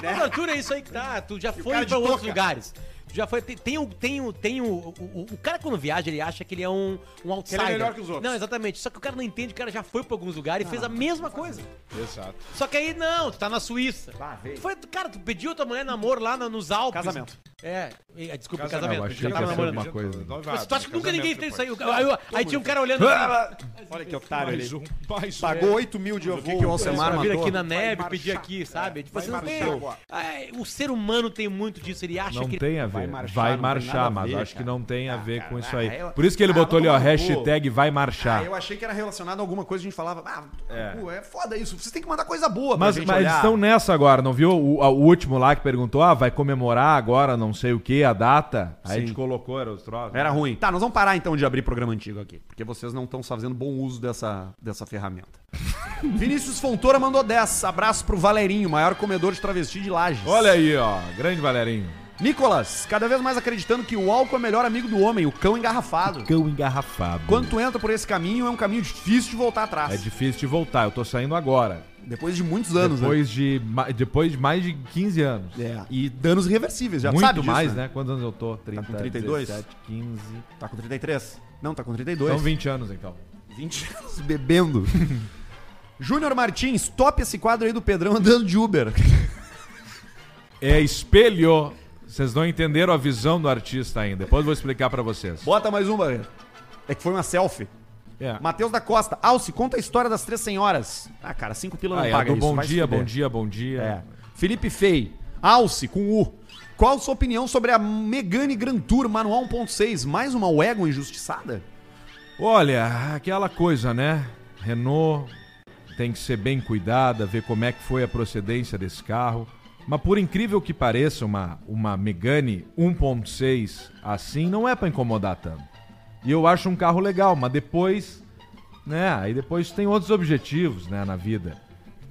[SPEAKER 6] Mas, Arthur, é isso aí que tá. Tu já foi
[SPEAKER 1] cara de
[SPEAKER 6] pra outros
[SPEAKER 1] touca.
[SPEAKER 6] lugares. Tu já foi. Tem, tem, o- tem, o- tem um, o, o, o. o cara quando viaja, ele acha que ele é um, um outsider.
[SPEAKER 1] melhor que os outros.
[SPEAKER 6] Não, exatamente. Só que o cara não entende, o cara já foi pra alguns lugares e fez a mesma coisa. Exato. Só que aí não, tu tá na Suíça. Tu foi, tu- cara, tu pediu tua mulher em namoro lá na- nos Alpes.
[SPEAKER 1] Casamento.
[SPEAKER 6] É, e- desculpa,
[SPEAKER 2] Eu
[SPEAKER 6] casamento.
[SPEAKER 2] achei que
[SPEAKER 6] já
[SPEAKER 2] ia
[SPEAKER 6] tava
[SPEAKER 2] ser
[SPEAKER 6] namorando.
[SPEAKER 2] alguma coisa.
[SPEAKER 6] Mas tu acha que nunca ninguém fez isso aí? Aí, aí- aí tinha um cara olhando
[SPEAKER 1] Olha que otário ele. Pagou 8 mil de avô. que o Alcemar
[SPEAKER 6] Pra vir
[SPEAKER 1] matou.
[SPEAKER 6] aqui na neve, pedir aqui, sabe? Tipo, você não tem- Ai, o ser humano tem muito disso, ele acha
[SPEAKER 2] Não
[SPEAKER 6] que
[SPEAKER 2] tem a ver. Vai
[SPEAKER 1] Vai marchar, não tem nada
[SPEAKER 2] marchar,
[SPEAKER 1] a
[SPEAKER 2] mas
[SPEAKER 1] ver,
[SPEAKER 2] acho que
[SPEAKER 1] cara.
[SPEAKER 2] não tem a ver com isso aí.
[SPEAKER 1] caralho.
[SPEAKER 2] Por isso que ele
[SPEAKER 1] Ah,
[SPEAKER 2] botou ali, ó,
[SPEAKER 1] vai tomar no cu.
[SPEAKER 2] hashtag vai
[SPEAKER 1] Ah,
[SPEAKER 2] marchar.
[SPEAKER 1] eu achei que era relacionado a alguma coisa, a gente falava, ah,
[SPEAKER 2] É.
[SPEAKER 1] pô, é foda isso, vocês têm que mandar coisa boa pra
[SPEAKER 2] Mas,
[SPEAKER 1] gente
[SPEAKER 2] mas eles
[SPEAKER 1] olhar.
[SPEAKER 2] estão nessa agora, não viu? O, a- o último lá que perguntou, ah, vai comemorar agora não sei o que, a data. Aí a gente colocou, era os troços.
[SPEAKER 1] Era ruim. Tá, nós vamos parar então de abrir programa antigo aqui, porque vocês não estão fazendo bom uso dessa, dessa ferramenta. Vinícius Fontoura mandou 10. Abraço pro Valerinho, maior comedor de travesti de Lages.
[SPEAKER 2] Olha aí, ó, grande Valerinho.
[SPEAKER 1] Nicolas, cada vez mais acreditando que o álcool é o melhor amigo do homem, o cão engarrafado.
[SPEAKER 2] Cão engarrafado.
[SPEAKER 1] Quando tu entra por esse caminho, é um caminho difícil de voltar atrás.
[SPEAKER 2] É difícil de voltar, eu tô saindo agora.
[SPEAKER 1] Depois de muitos anos,
[SPEAKER 2] depois, de, ma- depois de mais de 15 anos.
[SPEAKER 1] né? É, e danos irreversíveis, já
[SPEAKER 2] Muito
[SPEAKER 1] sabe disso, Tá
[SPEAKER 2] mais, né? Quantos anos eu tô? 30,
[SPEAKER 1] 32?
[SPEAKER 2] 17, 15.
[SPEAKER 1] Tá com 33? Não, tá com 32.
[SPEAKER 2] São 20 anos, então.
[SPEAKER 1] 20 anos bebendo. Júnior Martins, top esse quadro aí do Pedrão andando de Uber.
[SPEAKER 2] É espelho. Vocês não entenderam a visão do artista ainda. Depois eu vou explicar pra vocês.
[SPEAKER 1] Bota mais um, Barreto. É que foi uma selfie.
[SPEAKER 2] É.
[SPEAKER 1] Matheus da Costa, Alce, conta a história das três senhoras. Ah, cara, cinco pila não
[SPEAKER 2] Ah, é,
[SPEAKER 1] paga
[SPEAKER 2] do
[SPEAKER 1] isso,
[SPEAKER 2] bom
[SPEAKER 1] vai se
[SPEAKER 2] dia,
[SPEAKER 1] fuder.
[SPEAKER 2] bom dia, bom dia,
[SPEAKER 1] É. Felipe Fei, Alce, com U. Qual sua opinião sobre a Megane Grand Tour Manual 1.6? Mais uma Wagon injustiçada?
[SPEAKER 2] Olha, aquela coisa, né? Renault, tem que ser bem cuidada, ver como é que foi a procedência desse carro. Mas por incrível que pareça, uma, uma Megane 1.6 assim não é pra incomodar tanto. E eu acho um carro legal, mas depois, né, aí depois tem outros objetivos, né, na vida.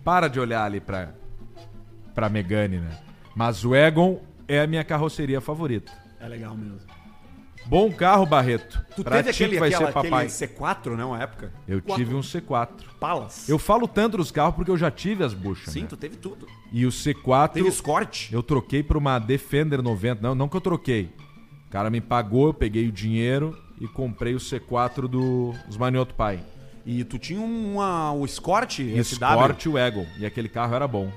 [SPEAKER 2] Para de olhar ali pra, pra Megane, né? Mas o Egon é a minha carroceria favorita.
[SPEAKER 1] É legal mesmo.
[SPEAKER 2] Bom carro, Barreto.
[SPEAKER 1] Tu
[SPEAKER 2] pra
[SPEAKER 1] teve
[SPEAKER 2] ti
[SPEAKER 1] aquele,
[SPEAKER 2] que vai
[SPEAKER 1] aquela-
[SPEAKER 2] ser papai.
[SPEAKER 1] aquele C4, não, na época?
[SPEAKER 2] Eu tive um C4.
[SPEAKER 1] Palas.
[SPEAKER 2] Eu falo tanto dos carros porque eu já tive as buchas.
[SPEAKER 1] Sim,
[SPEAKER 2] né?
[SPEAKER 1] tu teve tudo.
[SPEAKER 2] E o C4
[SPEAKER 1] Teve escorte.
[SPEAKER 2] eu troquei por uma Defender 90. Não, não que eu troquei. O cara me pagou, eu peguei o dinheiro e comprei o C4 do dos Manioto Pai.
[SPEAKER 1] E tu tinha um, uma, o escorte,
[SPEAKER 2] E Escort e o Egon. E aquele carro era bom.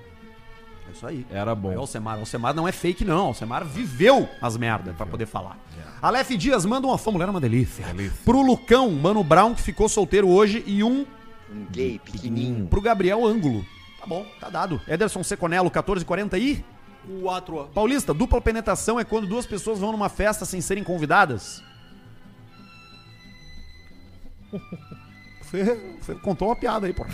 [SPEAKER 1] É isso aí.
[SPEAKER 2] Era bom.
[SPEAKER 1] É o Alcemar. Alcemar não é fake, não. Alcemar viveu as merdas pra poder falar.
[SPEAKER 2] É.
[SPEAKER 1] Aleph Dias manda uma fã, mulher é uma delícia. Pro Lucão, Mano Brown, que ficou solteiro hoje, e um
[SPEAKER 9] Um gay pequenininho.
[SPEAKER 1] pro Gabriel Ângulo. Tá bom, tá dado. Ederson Seconello, 1440 e... 4. Paulista, dupla penetração é quando duas pessoas vão numa festa sem serem convidadas. Você, você contou uma piada aí, pô.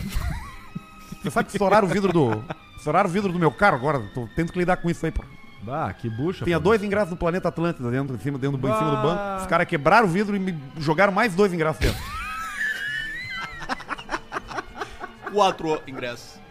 [SPEAKER 1] Você sabe que estouraram o vidro do... Estouraram o vidro do meu carro agora. Tô tendo que lidar com isso aí, pô.
[SPEAKER 2] Bah, que bucha.
[SPEAKER 1] Tinha
[SPEAKER 2] pô.
[SPEAKER 1] dois ingressos no planeta Atlântida dentro, em cima, dentro do banco, em cima do
[SPEAKER 2] Ah.
[SPEAKER 1] banco. Os caras quebraram o vidro e me jogaram mais dois ingressos dentro.
[SPEAKER 10] Quatro ingressos.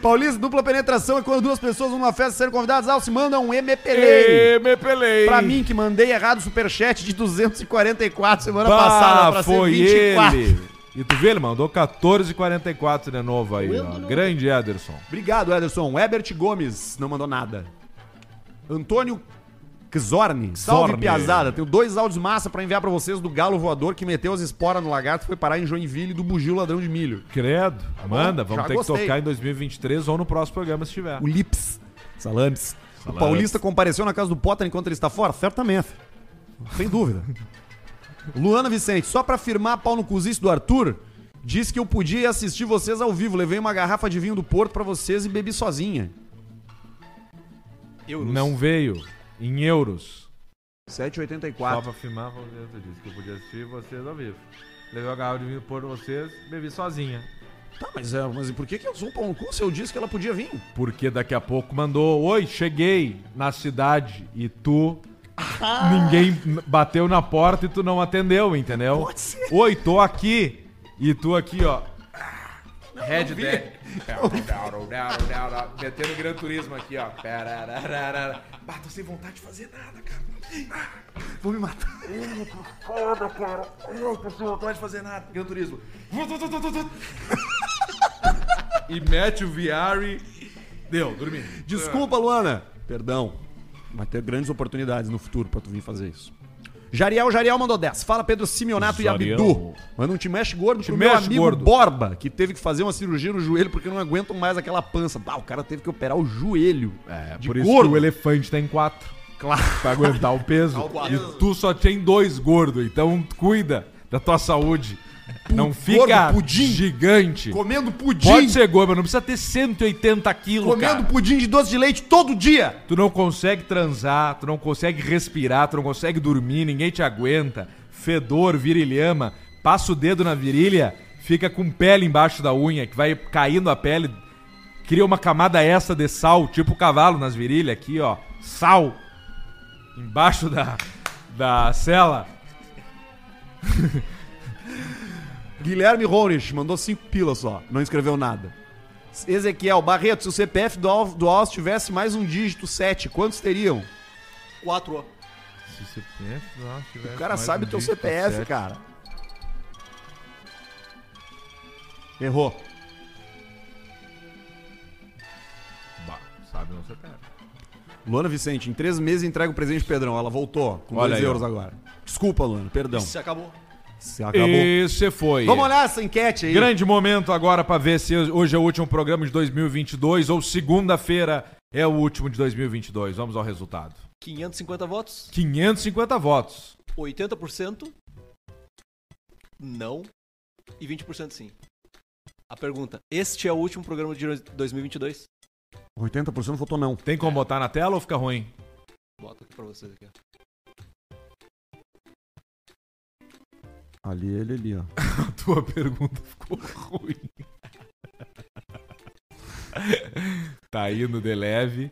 [SPEAKER 1] Paulista, dupla penetração é quando duas pessoas vão numa festa serem convidadas ao se mandam um MPLEI.
[SPEAKER 2] Ê, me pelei.
[SPEAKER 1] Pra mim, que mandei errado o superchat de 244 semana
[SPEAKER 2] bah,
[SPEAKER 1] passada pra
[SPEAKER 2] foi
[SPEAKER 1] ser 24.
[SPEAKER 2] ele. E tu vê, ele mandou 14,44 de novo aí.
[SPEAKER 8] Eu
[SPEAKER 2] ó.
[SPEAKER 8] de novo.
[SPEAKER 2] Grande Ederson.
[SPEAKER 1] Obrigado, Ederson. Ebert Gomes não mandou nada. Antônio Czorni. Salve,
[SPEAKER 2] Czorni.
[SPEAKER 1] Piazada. Tenho dois áudios massa pra enviar pra vocês do galo voador que meteu as esporas no lagarto e foi parar em Joinville e do bugio ladrão de milho.
[SPEAKER 2] Credo. Manda, vamos
[SPEAKER 1] Tá já
[SPEAKER 2] ter
[SPEAKER 1] gostei.
[SPEAKER 2] que tocar em 2023 ou no próximo programa se tiver.
[SPEAKER 1] O Lips. Salames. O
[SPEAKER 2] Salames.
[SPEAKER 1] Paulista compareceu na casa do Potter enquanto ele está fora? Certamente. Sem dúvida. Luana Vicente, só pra afirmar pau no cozice do Arthur, disse que eu podia assistir vocês ao vivo. Levei uma garrafa de vinho do Porto pra vocês e bebi sozinha.
[SPEAKER 10] Euros.
[SPEAKER 2] Não veio. Em euros.
[SPEAKER 1] 7,84.
[SPEAKER 2] afirmar, eu disse que eu podia assistir vocês ao vivo. Levei a garrafa de vinho por vocês, bebi sozinha.
[SPEAKER 1] Tá, mas, é, mas por que, que eu sou um pau no cu se eu disse que ela podia vir?
[SPEAKER 2] Porque daqui a pouco mandou, oi, cheguei na cidade e tu... Ninguém n- bateu na porta e tu não atendeu, entendeu? Pode ser. Oi, tô aqui. E tu aqui, ó. Red Dead. Metendo Gran Turismo aqui, ó. Parararara. Bah, tô sem vontade de fazer nada, cara.
[SPEAKER 1] Vou me matar.
[SPEAKER 2] Foda, cara. Eu tô sem vontade de fazer nada. Gran Turismo. Vu, tu, tu, tu, tu, tu. e mete o VR e... Deu, dormi.
[SPEAKER 1] Desculpa, Luana. Perdão. Vai ter grandes oportunidades no futuro pra tu vir fazer isso. Jariel, Jariel mandou 10. Fala Pedro Simeonato e
[SPEAKER 2] Jariel.
[SPEAKER 1] Abdu. Manda um te mexe gordo pro meu
[SPEAKER 2] mexe,
[SPEAKER 1] amigo
[SPEAKER 2] gordo.
[SPEAKER 1] Borba, que teve que fazer uma cirurgia no joelho porque não aguentam mais aquela pança. Bah, o cara teve que operar o joelho.
[SPEAKER 2] É,
[SPEAKER 1] de
[SPEAKER 2] por isso
[SPEAKER 1] gordo. Tá
[SPEAKER 2] que o elefante tá em quatro. Claro. Pra aguentar o peso. e tu só tem dois gordos, então cuida da tua saúde. Não fica
[SPEAKER 1] gordo, pudim.
[SPEAKER 2] gigante.
[SPEAKER 1] Comendo pudim.
[SPEAKER 2] Pode ser gordo, mas não precisa ter 180 quilos,
[SPEAKER 1] comendo
[SPEAKER 2] cara.
[SPEAKER 1] pudim de doce de leite todo dia.
[SPEAKER 2] Tu não consegue transar, tu não consegue respirar, tu não consegue dormir, ninguém te aguenta. Fedor, virilhama, passa o dedo na virilha, fica com pele embaixo da unha, que vai caindo a pele, cria uma camada extra de sal, tipo cavalo nas virilhas aqui, ó. Sal embaixo da, da cela.
[SPEAKER 1] Guilherme Rorich mandou 5 pilas só. Não escreveu nada. Ezequiel Barreto, se o CPF do Al- do Alves tivesse mais um dígito 7, quantos teriam?
[SPEAKER 10] Quatro.
[SPEAKER 2] Se o CPF
[SPEAKER 1] O cara
[SPEAKER 2] um
[SPEAKER 1] sabe o teu CPF, cara. Errou.
[SPEAKER 2] Sabe o CPF.
[SPEAKER 1] Luana Vicente, em três meses entrega o presente pro Pedrão. Ela voltou com
[SPEAKER 2] Olha
[SPEAKER 1] 2
[SPEAKER 2] aí,
[SPEAKER 1] euros
[SPEAKER 2] ó.
[SPEAKER 1] agora. Desculpa, Luana, perdão.
[SPEAKER 10] Se acabou.
[SPEAKER 1] Você acabou.
[SPEAKER 2] Esse foi.
[SPEAKER 1] Vamos olhar essa enquete aí.
[SPEAKER 2] Grande momento agora pra ver se hoje é o último programa de 2022 ou segunda-feira é o último de 2022. Vamos ao resultado.
[SPEAKER 10] 550 votos.
[SPEAKER 2] 550 votos.
[SPEAKER 10] 80% não e 20% sim. A pergunta: este é o último programa de 2022?
[SPEAKER 1] 80% votou não.
[SPEAKER 2] Tem como botar na tela ou fica ruim?
[SPEAKER 10] Bota aqui pra vocês aqui. ó.
[SPEAKER 1] Ali, ele, ali, ó.
[SPEAKER 2] A tua pergunta ficou ruim. Tá aí no de leve.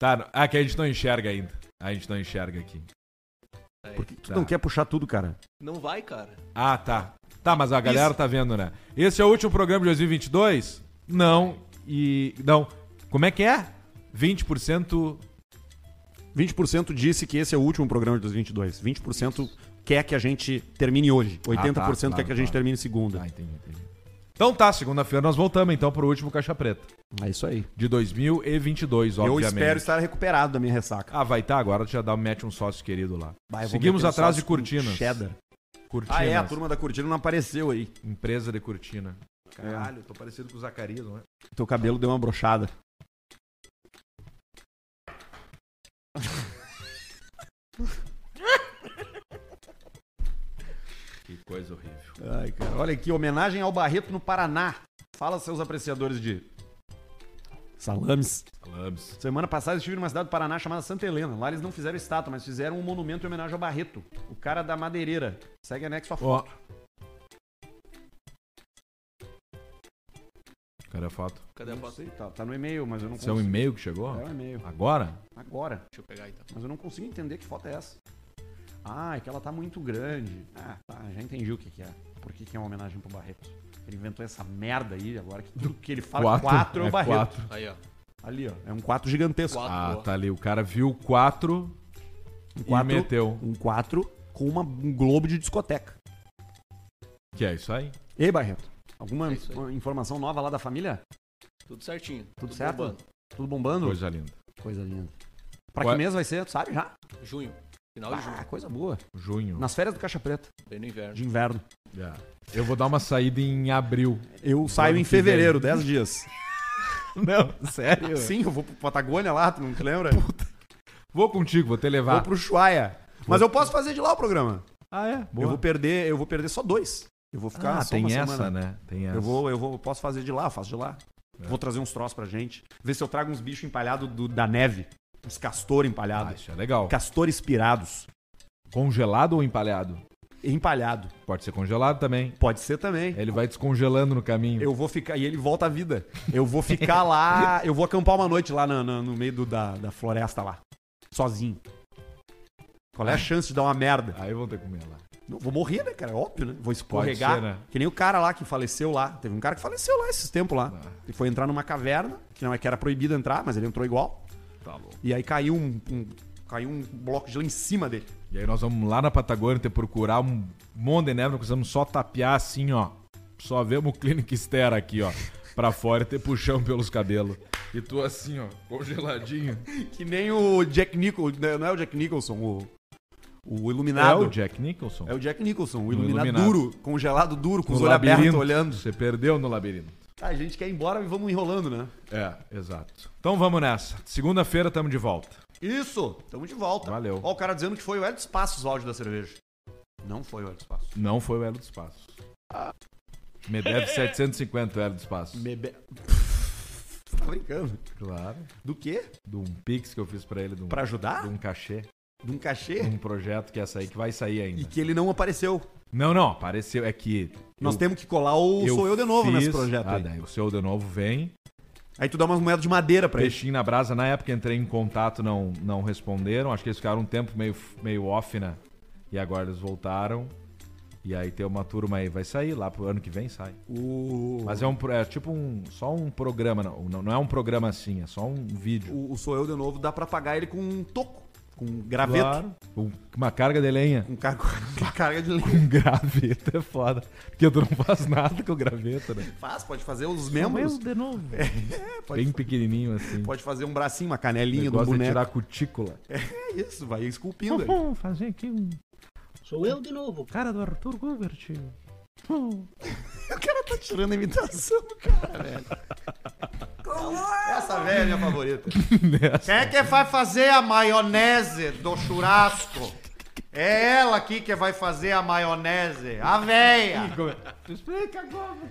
[SPEAKER 2] Tá, no- ah, que a gente não enxerga ainda. A gente não enxerga aqui.
[SPEAKER 1] Porque tu
[SPEAKER 2] Tá.
[SPEAKER 1] não quer puxar tudo, cara.
[SPEAKER 10] Não vai, cara.
[SPEAKER 2] Ah, tá. Tá, mas a galera tá vendo, né? Esse é o último programa de 2022? Não. E. Não. Como é que é? 20%.
[SPEAKER 1] 20% disse que esse é o último programa de 2022. 20% quer que a gente termine hoje. 80%
[SPEAKER 2] Ah, tá, claro,
[SPEAKER 1] quer que a gente
[SPEAKER 2] claro.
[SPEAKER 1] termine segunda.
[SPEAKER 2] Ah, entendi, entendi. Então tá, segunda-feira nós voltamos então pro último Caixa Preta.
[SPEAKER 1] É isso aí.
[SPEAKER 2] De 2022, obviamente.
[SPEAKER 1] Eu espero estar recuperado da minha ressaca.
[SPEAKER 2] Ah, vai tá, agora tu já dá, mete um sócio querido lá.
[SPEAKER 1] Vai, eu vou
[SPEAKER 2] Seguimos
[SPEAKER 1] meter um
[SPEAKER 2] atrás de
[SPEAKER 1] sócio com
[SPEAKER 2] cortinas.
[SPEAKER 1] Cheddar.
[SPEAKER 2] Cortinas.
[SPEAKER 1] Ah, é, a turma da cortina não apareceu aí.
[SPEAKER 2] Empresa de cortina. É. Caralho, tô parecido com o Zacarias, não é?
[SPEAKER 1] Teu cabelo deu uma brochada.
[SPEAKER 2] Que coisa horrível.
[SPEAKER 1] Ai, cara. Olha aqui, homenagem ao Barreto no Paraná. Fala, seus apreciadores de. Salames.
[SPEAKER 2] Clubs.
[SPEAKER 1] Semana passada eu estive numa cidade do Paraná chamada Santa Helena. Lá eles não fizeram estátua, mas fizeram um monumento em homenagem ao Barreto, o cara da madeireira. Segue anexo a
[SPEAKER 2] Ó.
[SPEAKER 1] foto.
[SPEAKER 2] Cadê a foto?
[SPEAKER 10] Cadê a
[SPEAKER 1] Não
[SPEAKER 10] foto?
[SPEAKER 1] sei, tá, tá no e-mail, mas eu não
[SPEAKER 2] Isso é um e-mail que chegou?
[SPEAKER 1] É um e-mail.
[SPEAKER 2] Agora?
[SPEAKER 1] Agora.
[SPEAKER 10] Deixa eu pegar então.
[SPEAKER 1] Mas eu não consigo entender que foto é essa. Ah, é que ela tá muito grande. Ah, tá, já entendi o que, que é. Por que, que é uma homenagem pro Barreto? Ele inventou essa merda aí agora que tudo que ele fala quatro, é o Barreto.
[SPEAKER 2] quatro.
[SPEAKER 10] Aí, ó.
[SPEAKER 1] Ali, ó. É um 4 gigantesco.
[SPEAKER 10] Quatro.
[SPEAKER 2] Ah, tá ali. O cara viu quatro
[SPEAKER 1] Um
[SPEAKER 2] e
[SPEAKER 1] 4
[SPEAKER 2] meteu.
[SPEAKER 1] um quatro com uma- um globo de discoteca.
[SPEAKER 2] Que é isso aí?
[SPEAKER 1] Ei, Barreto. Alguma
[SPEAKER 10] É isso aí.
[SPEAKER 1] in- informação nova lá da família?
[SPEAKER 10] Tudo certinho.
[SPEAKER 1] Tudo, certo?
[SPEAKER 10] bombando.
[SPEAKER 1] Tudo bombando?
[SPEAKER 2] Coisa linda.
[SPEAKER 1] Coisa linda. Pra
[SPEAKER 2] Ué.
[SPEAKER 1] que mês vai ser? Tu sabe já?
[SPEAKER 10] Junho. Final de
[SPEAKER 1] Ah,
[SPEAKER 10] junho.
[SPEAKER 1] coisa boa.
[SPEAKER 2] Junho.
[SPEAKER 1] Nas férias do Caixa Preta,
[SPEAKER 10] Bem no inverno.
[SPEAKER 1] de inverno.
[SPEAKER 2] É. Eu vou dar uma saída em abril.
[SPEAKER 1] Eu saio em
[SPEAKER 2] que vem.
[SPEAKER 1] fevereiro, 10 dias.
[SPEAKER 2] Não, sério?
[SPEAKER 1] Sim, eu vou pro Patagônia lá, tu não te lembra?
[SPEAKER 2] Vou contigo, vou te
[SPEAKER 1] Vou
[SPEAKER 2] levar.
[SPEAKER 1] pro Chuaia. Mas eu posso fazer de lá o programa.
[SPEAKER 2] Ah, é?
[SPEAKER 1] Eu vou perder, eu vou perder só dois. Eu vou ficar
[SPEAKER 2] Ah,
[SPEAKER 1] só uma
[SPEAKER 2] tem essa,
[SPEAKER 1] semana.
[SPEAKER 2] né? Tem essa. É.
[SPEAKER 1] Eu vou, eu vou, posso fazer de lá, eu faço de lá. Vou trazer uns troços pra gente. Ver se eu trago uns bichos empalhados do- da neve. Uns castor
[SPEAKER 2] Ah,
[SPEAKER 1] empalhados.
[SPEAKER 2] isso é legal.
[SPEAKER 1] Castores pirados.
[SPEAKER 2] Congelado ou empalhado?
[SPEAKER 1] Empalhado.
[SPEAKER 2] Pode ser congelado também.
[SPEAKER 1] Pode ser também.
[SPEAKER 2] Ele vai descongelando no caminho.
[SPEAKER 1] Eu vou ficar. E ele volta à vida. Eu vou ficar lá. Eu vou acampar uma noite lá na- na- no, meio do- da, da floresta lá. Sozinho. Qual é a chance de dar uma merda?
[SPEAKER 2] Aí vão ter que comer lá.
[SPEAKER 1] Não, vou morrer, né, cara? É Óbvio, né? Vou escorregar.
[SPEAKER 2] Pode ser, né?
[SPEAKER 1] Que nem o cara lá que faleceu lá. Teve um cara que faleceu lá esses tempos lá.
[SPEAKER 2] Ah.
[SPEAKER 1] Ele foi entrar numa caverna, que não é que era proibido entrar, mas ele entrou igual.
[SPEAKER 2] Tá louco.
[SPEAKER 1] E aí caiu um, um- caiu um bloco de gelo em cima dele.
[SPEAKER 2] E aí nós vamos lá na Patagônia ter procurar um monte de neve, nós precisamos só tapear assim, ó. Só vemos o Clinic Estera aqui, ó. Pra fora e ter puxão pelos cabelos. E tu assim, ó, congeladinho.
[SPEAKER 1] Que nem o Jack Nicholson. Não é o Jack Nicholson, o. O
[SPEAKER 2] É
[SPEAKER 1] iluminado.
[SPEAKER 2] o Jack Nicholson.
[SPEAKER 1] É o Jack Nicholson, o
[SPEAKER 2] iluminado.
[SPEAKER 1] iluminado, duro, congelado duro, com os
[SPEAKER 2] No
[SPEAKER 1] olhos abertos
[SPEAKER 2] labirinto.
[SPEAKER 1] olhando. Tá,
[SPEAKER 2] Você perdeu no labirinto.
[SPEAKER 1] A gente quer ir embora e vamos enrolando, né?
[SPEAKER 2] É, exato. Então vamos nessa. Segunda-feira estamos de volta.
[SPEAKER 1] Isso, tamo de volta.
[SPEAKER 2] Valeu.
[SPEAKER 1] Ó, o cara dizendo que foi o Hélio dos Passos o áudio da cerveja. Não foi o Hélio dos Passos.
[SPEAKER 2] Não foi o Elo dos Passos. Me deve 750 o Elo dos Passos.
[SPEAKER 1] Bebê. tá brincando.
[SPEAKER 2] Claro.
[SPEAKER 1] Do quê?
[SPEAKER 2] De um pix que eu fiz pra ele, de um,
[SPEAKER 1] Pra
[SPEAKER 2] de
[SPEAKER 1] ajudar?
[SPEAKER 2] um cachê,
[SPEAKER 1] De um
[SPEAKER 2] de
[SPEAKER 1] cachê?
[SPEAKER 2] um projeto que ia sair, que vai sair ainda.
[SPEAKER 1] E que ele não apareceu.
[SPEAKER 2] Não, não, apareceu. É que.
[SPEAKER 1] Nós temos que colar o Sou Eu de novo
[SPEAKER 2] fiz-
[SPEAKER 1] nesse projeto
[SPEAKER 2] Ah,
[SPEAKER 1] aí.
[SPEAKER 2] daí o seu de novo vem.
[SPEAKER 1] Aí tu dá umas moedas de madeira pra ele.
[SPEAKER 2] Peixinho na brasa, na época entrei em contato, não, não responderam. Acho que eles ficaram um tempo meio, meio off, né? E agora eles voltaram. E aí tem uma turma aí, vai sair lá pro ano que vem, sai.
[SPEAKER 1] O...
[SPEAKER 2] Mas é, um, pro- é tipo um. Só um programa, não, não não é um programa assim, é só um vídeo.
[SPEAKER 1] o, o Sou Eu de novo dá pra pagar ele com um toco, com um graveto,
[SPEAKER 2] Claro. Um- uma carga de lenha.
[SPEAKER 1] com car- com carga de lenha.
[SPEAKER 2] Um graveto é foda. Porque tu não faz nada com o graveto, né?
[SPEAKER 1] Faz, pode fazer os membros.
[SPEAKER 2] de novo.
[SPEAKER 1] Pode
[SPEAKER 2] Bem pequenininho assim.
[SPEAKER 1] Pode fazer um bracinho, uma canelinha do
[SPEAKER 2] Gosta de
[SPEAKER 1] boneco.
[SPEAKER 2] é tirar a cutícula.
[SPEAKER 1] É isso, vai esculpindo. ele.
[SPEAKER 2] então Vamos fazer aqui um
[SPEAKER 8] Sou eu de novo.
[SPEAKER 2] cara do Arthur Gilbert.
[SPEAKER 1] o cara tá tirando a imitação do cara, velho. Essa velha é minha favorita.
[SPEAKER 5] Quem é que vai fazer a maionese do churrasco? É ela aqui que vai fazer a maionese. A véia.
[SPEAKER 1] é?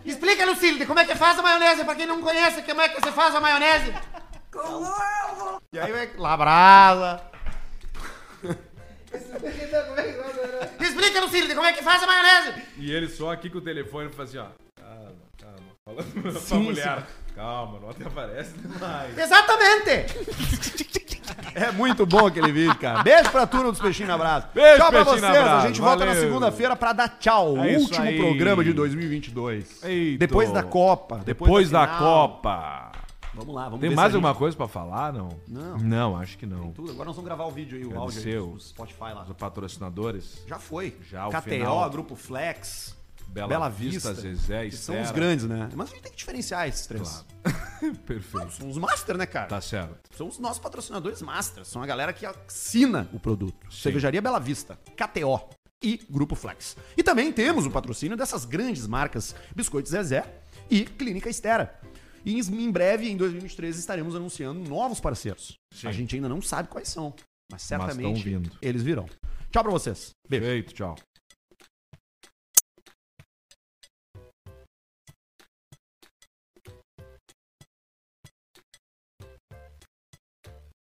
[SPEAKER 5] Explica, Lucilde, como é que faz a maionese? Pra quem não conhece, como é que você faz a maionese? E aí vai... Labrada.
[SPEAKER 1] tá né?
[SPEAKER 5] Explica, Lucilde, como é que faz a maionese?
[SPEAKER 2] assim, E ele só aqui com o telefone fazia, ó. Falando pra mulher. Calma, não até aparece demais.
[SPEAKER 5] Exatamente!
[SPEAKER 1] É muito bom aquele vídeo, cara. Beijo pra turma dos Peixinhos na Brasa.
[SPEAKER 2] Beijo,
[SPEAKER 1] tchau pra
[SPEAKER 2] Peixinho
[SPEAKER 1] vocês.
[SPEAKER 2] na
[SPEAKER 1] A
[SPEAKER 2] Brasa.
[SPEAKER 1] gente volta na
[SPEAKER 2] Valeu.
[SPEAKER 1] segunda-feira pra dar tchau.
[SPEAKER 2] É
[SPEAKER 1] o
[SPEAKER 2] isso
[SPEAKER 1] último
[SPEAKER 2] aí.
[SPEAKER 1] programa de 2022.
[SPEAKER 2] Eita.
[SPEAKER 1] Depois da Copa.
[SPEAKER 2] Depois da
[SPEAKER 1] final.
[SPEAKER 2] Copa.
[SPEAKER 1] Vamos lá, vamos
[SPEAKER 2] Tem
[SPEAKER 1] ver se a
[SPEAKER 2] mais
[SPEAKER 1] gente-
[SPEAKER 2] alguma coisa pra falar, não?
[SPEAKER 1] Não.
[SPEAKER 2] Não, acho que não.
[SPEAKER 1] Tudo. Agora nós vamos gravar o vídeo aí, o áudio aí,
[SPEAKER 2] Agradeceu.
[SPEAKER 1] no Spotify lá.
[SPEAKER 2] Os patrocinadores.
[SPEAKER 1] Já foi.
[SPEAKER 2] Já o
[SPEAKER 1] KTO,
[SPEAKER 2] final.
[SPEAKER 1] Grupo Flex,
[SPEAKER 2] Bela,
[SPEAKER 1] Bela
[SPEAKER 2] Vista,
[SPEAKER 1] Vista,
[SPEAKER 2] Zezé,
[SPEAKER 1] que são
[SPEAKER 2] Estera.
[SPEAKER 1] os grandes, né? Mas a gente tem que diferenciar esses três.
[SPEAKER 2] Perfeito.
[SPEAKER 1] São os master, né, cara?
[SPEAKER 2] Tá certo.
[SPEAKER 1] São os nossos patrocinadores master. São a galera que assina o produto. Cervejaria Bela Vista, KTO e Grupo Flex. E também temos o patrocínio dessas grandes marcas Biscoitos Zezé e Clínica Estera. E em em breve, em 2023, estaremos anunciando novos parceiros. A gente ainda não sabe quais são, mas
[SPEAKER 2] tão
[SPEAKER 1] certamente
[SPEAKER 2] vindo.
[SPEAKER 1] eles virão. Tchau pra vocês. Beijo.
[SPEAKER 2] Perfeito, tchau.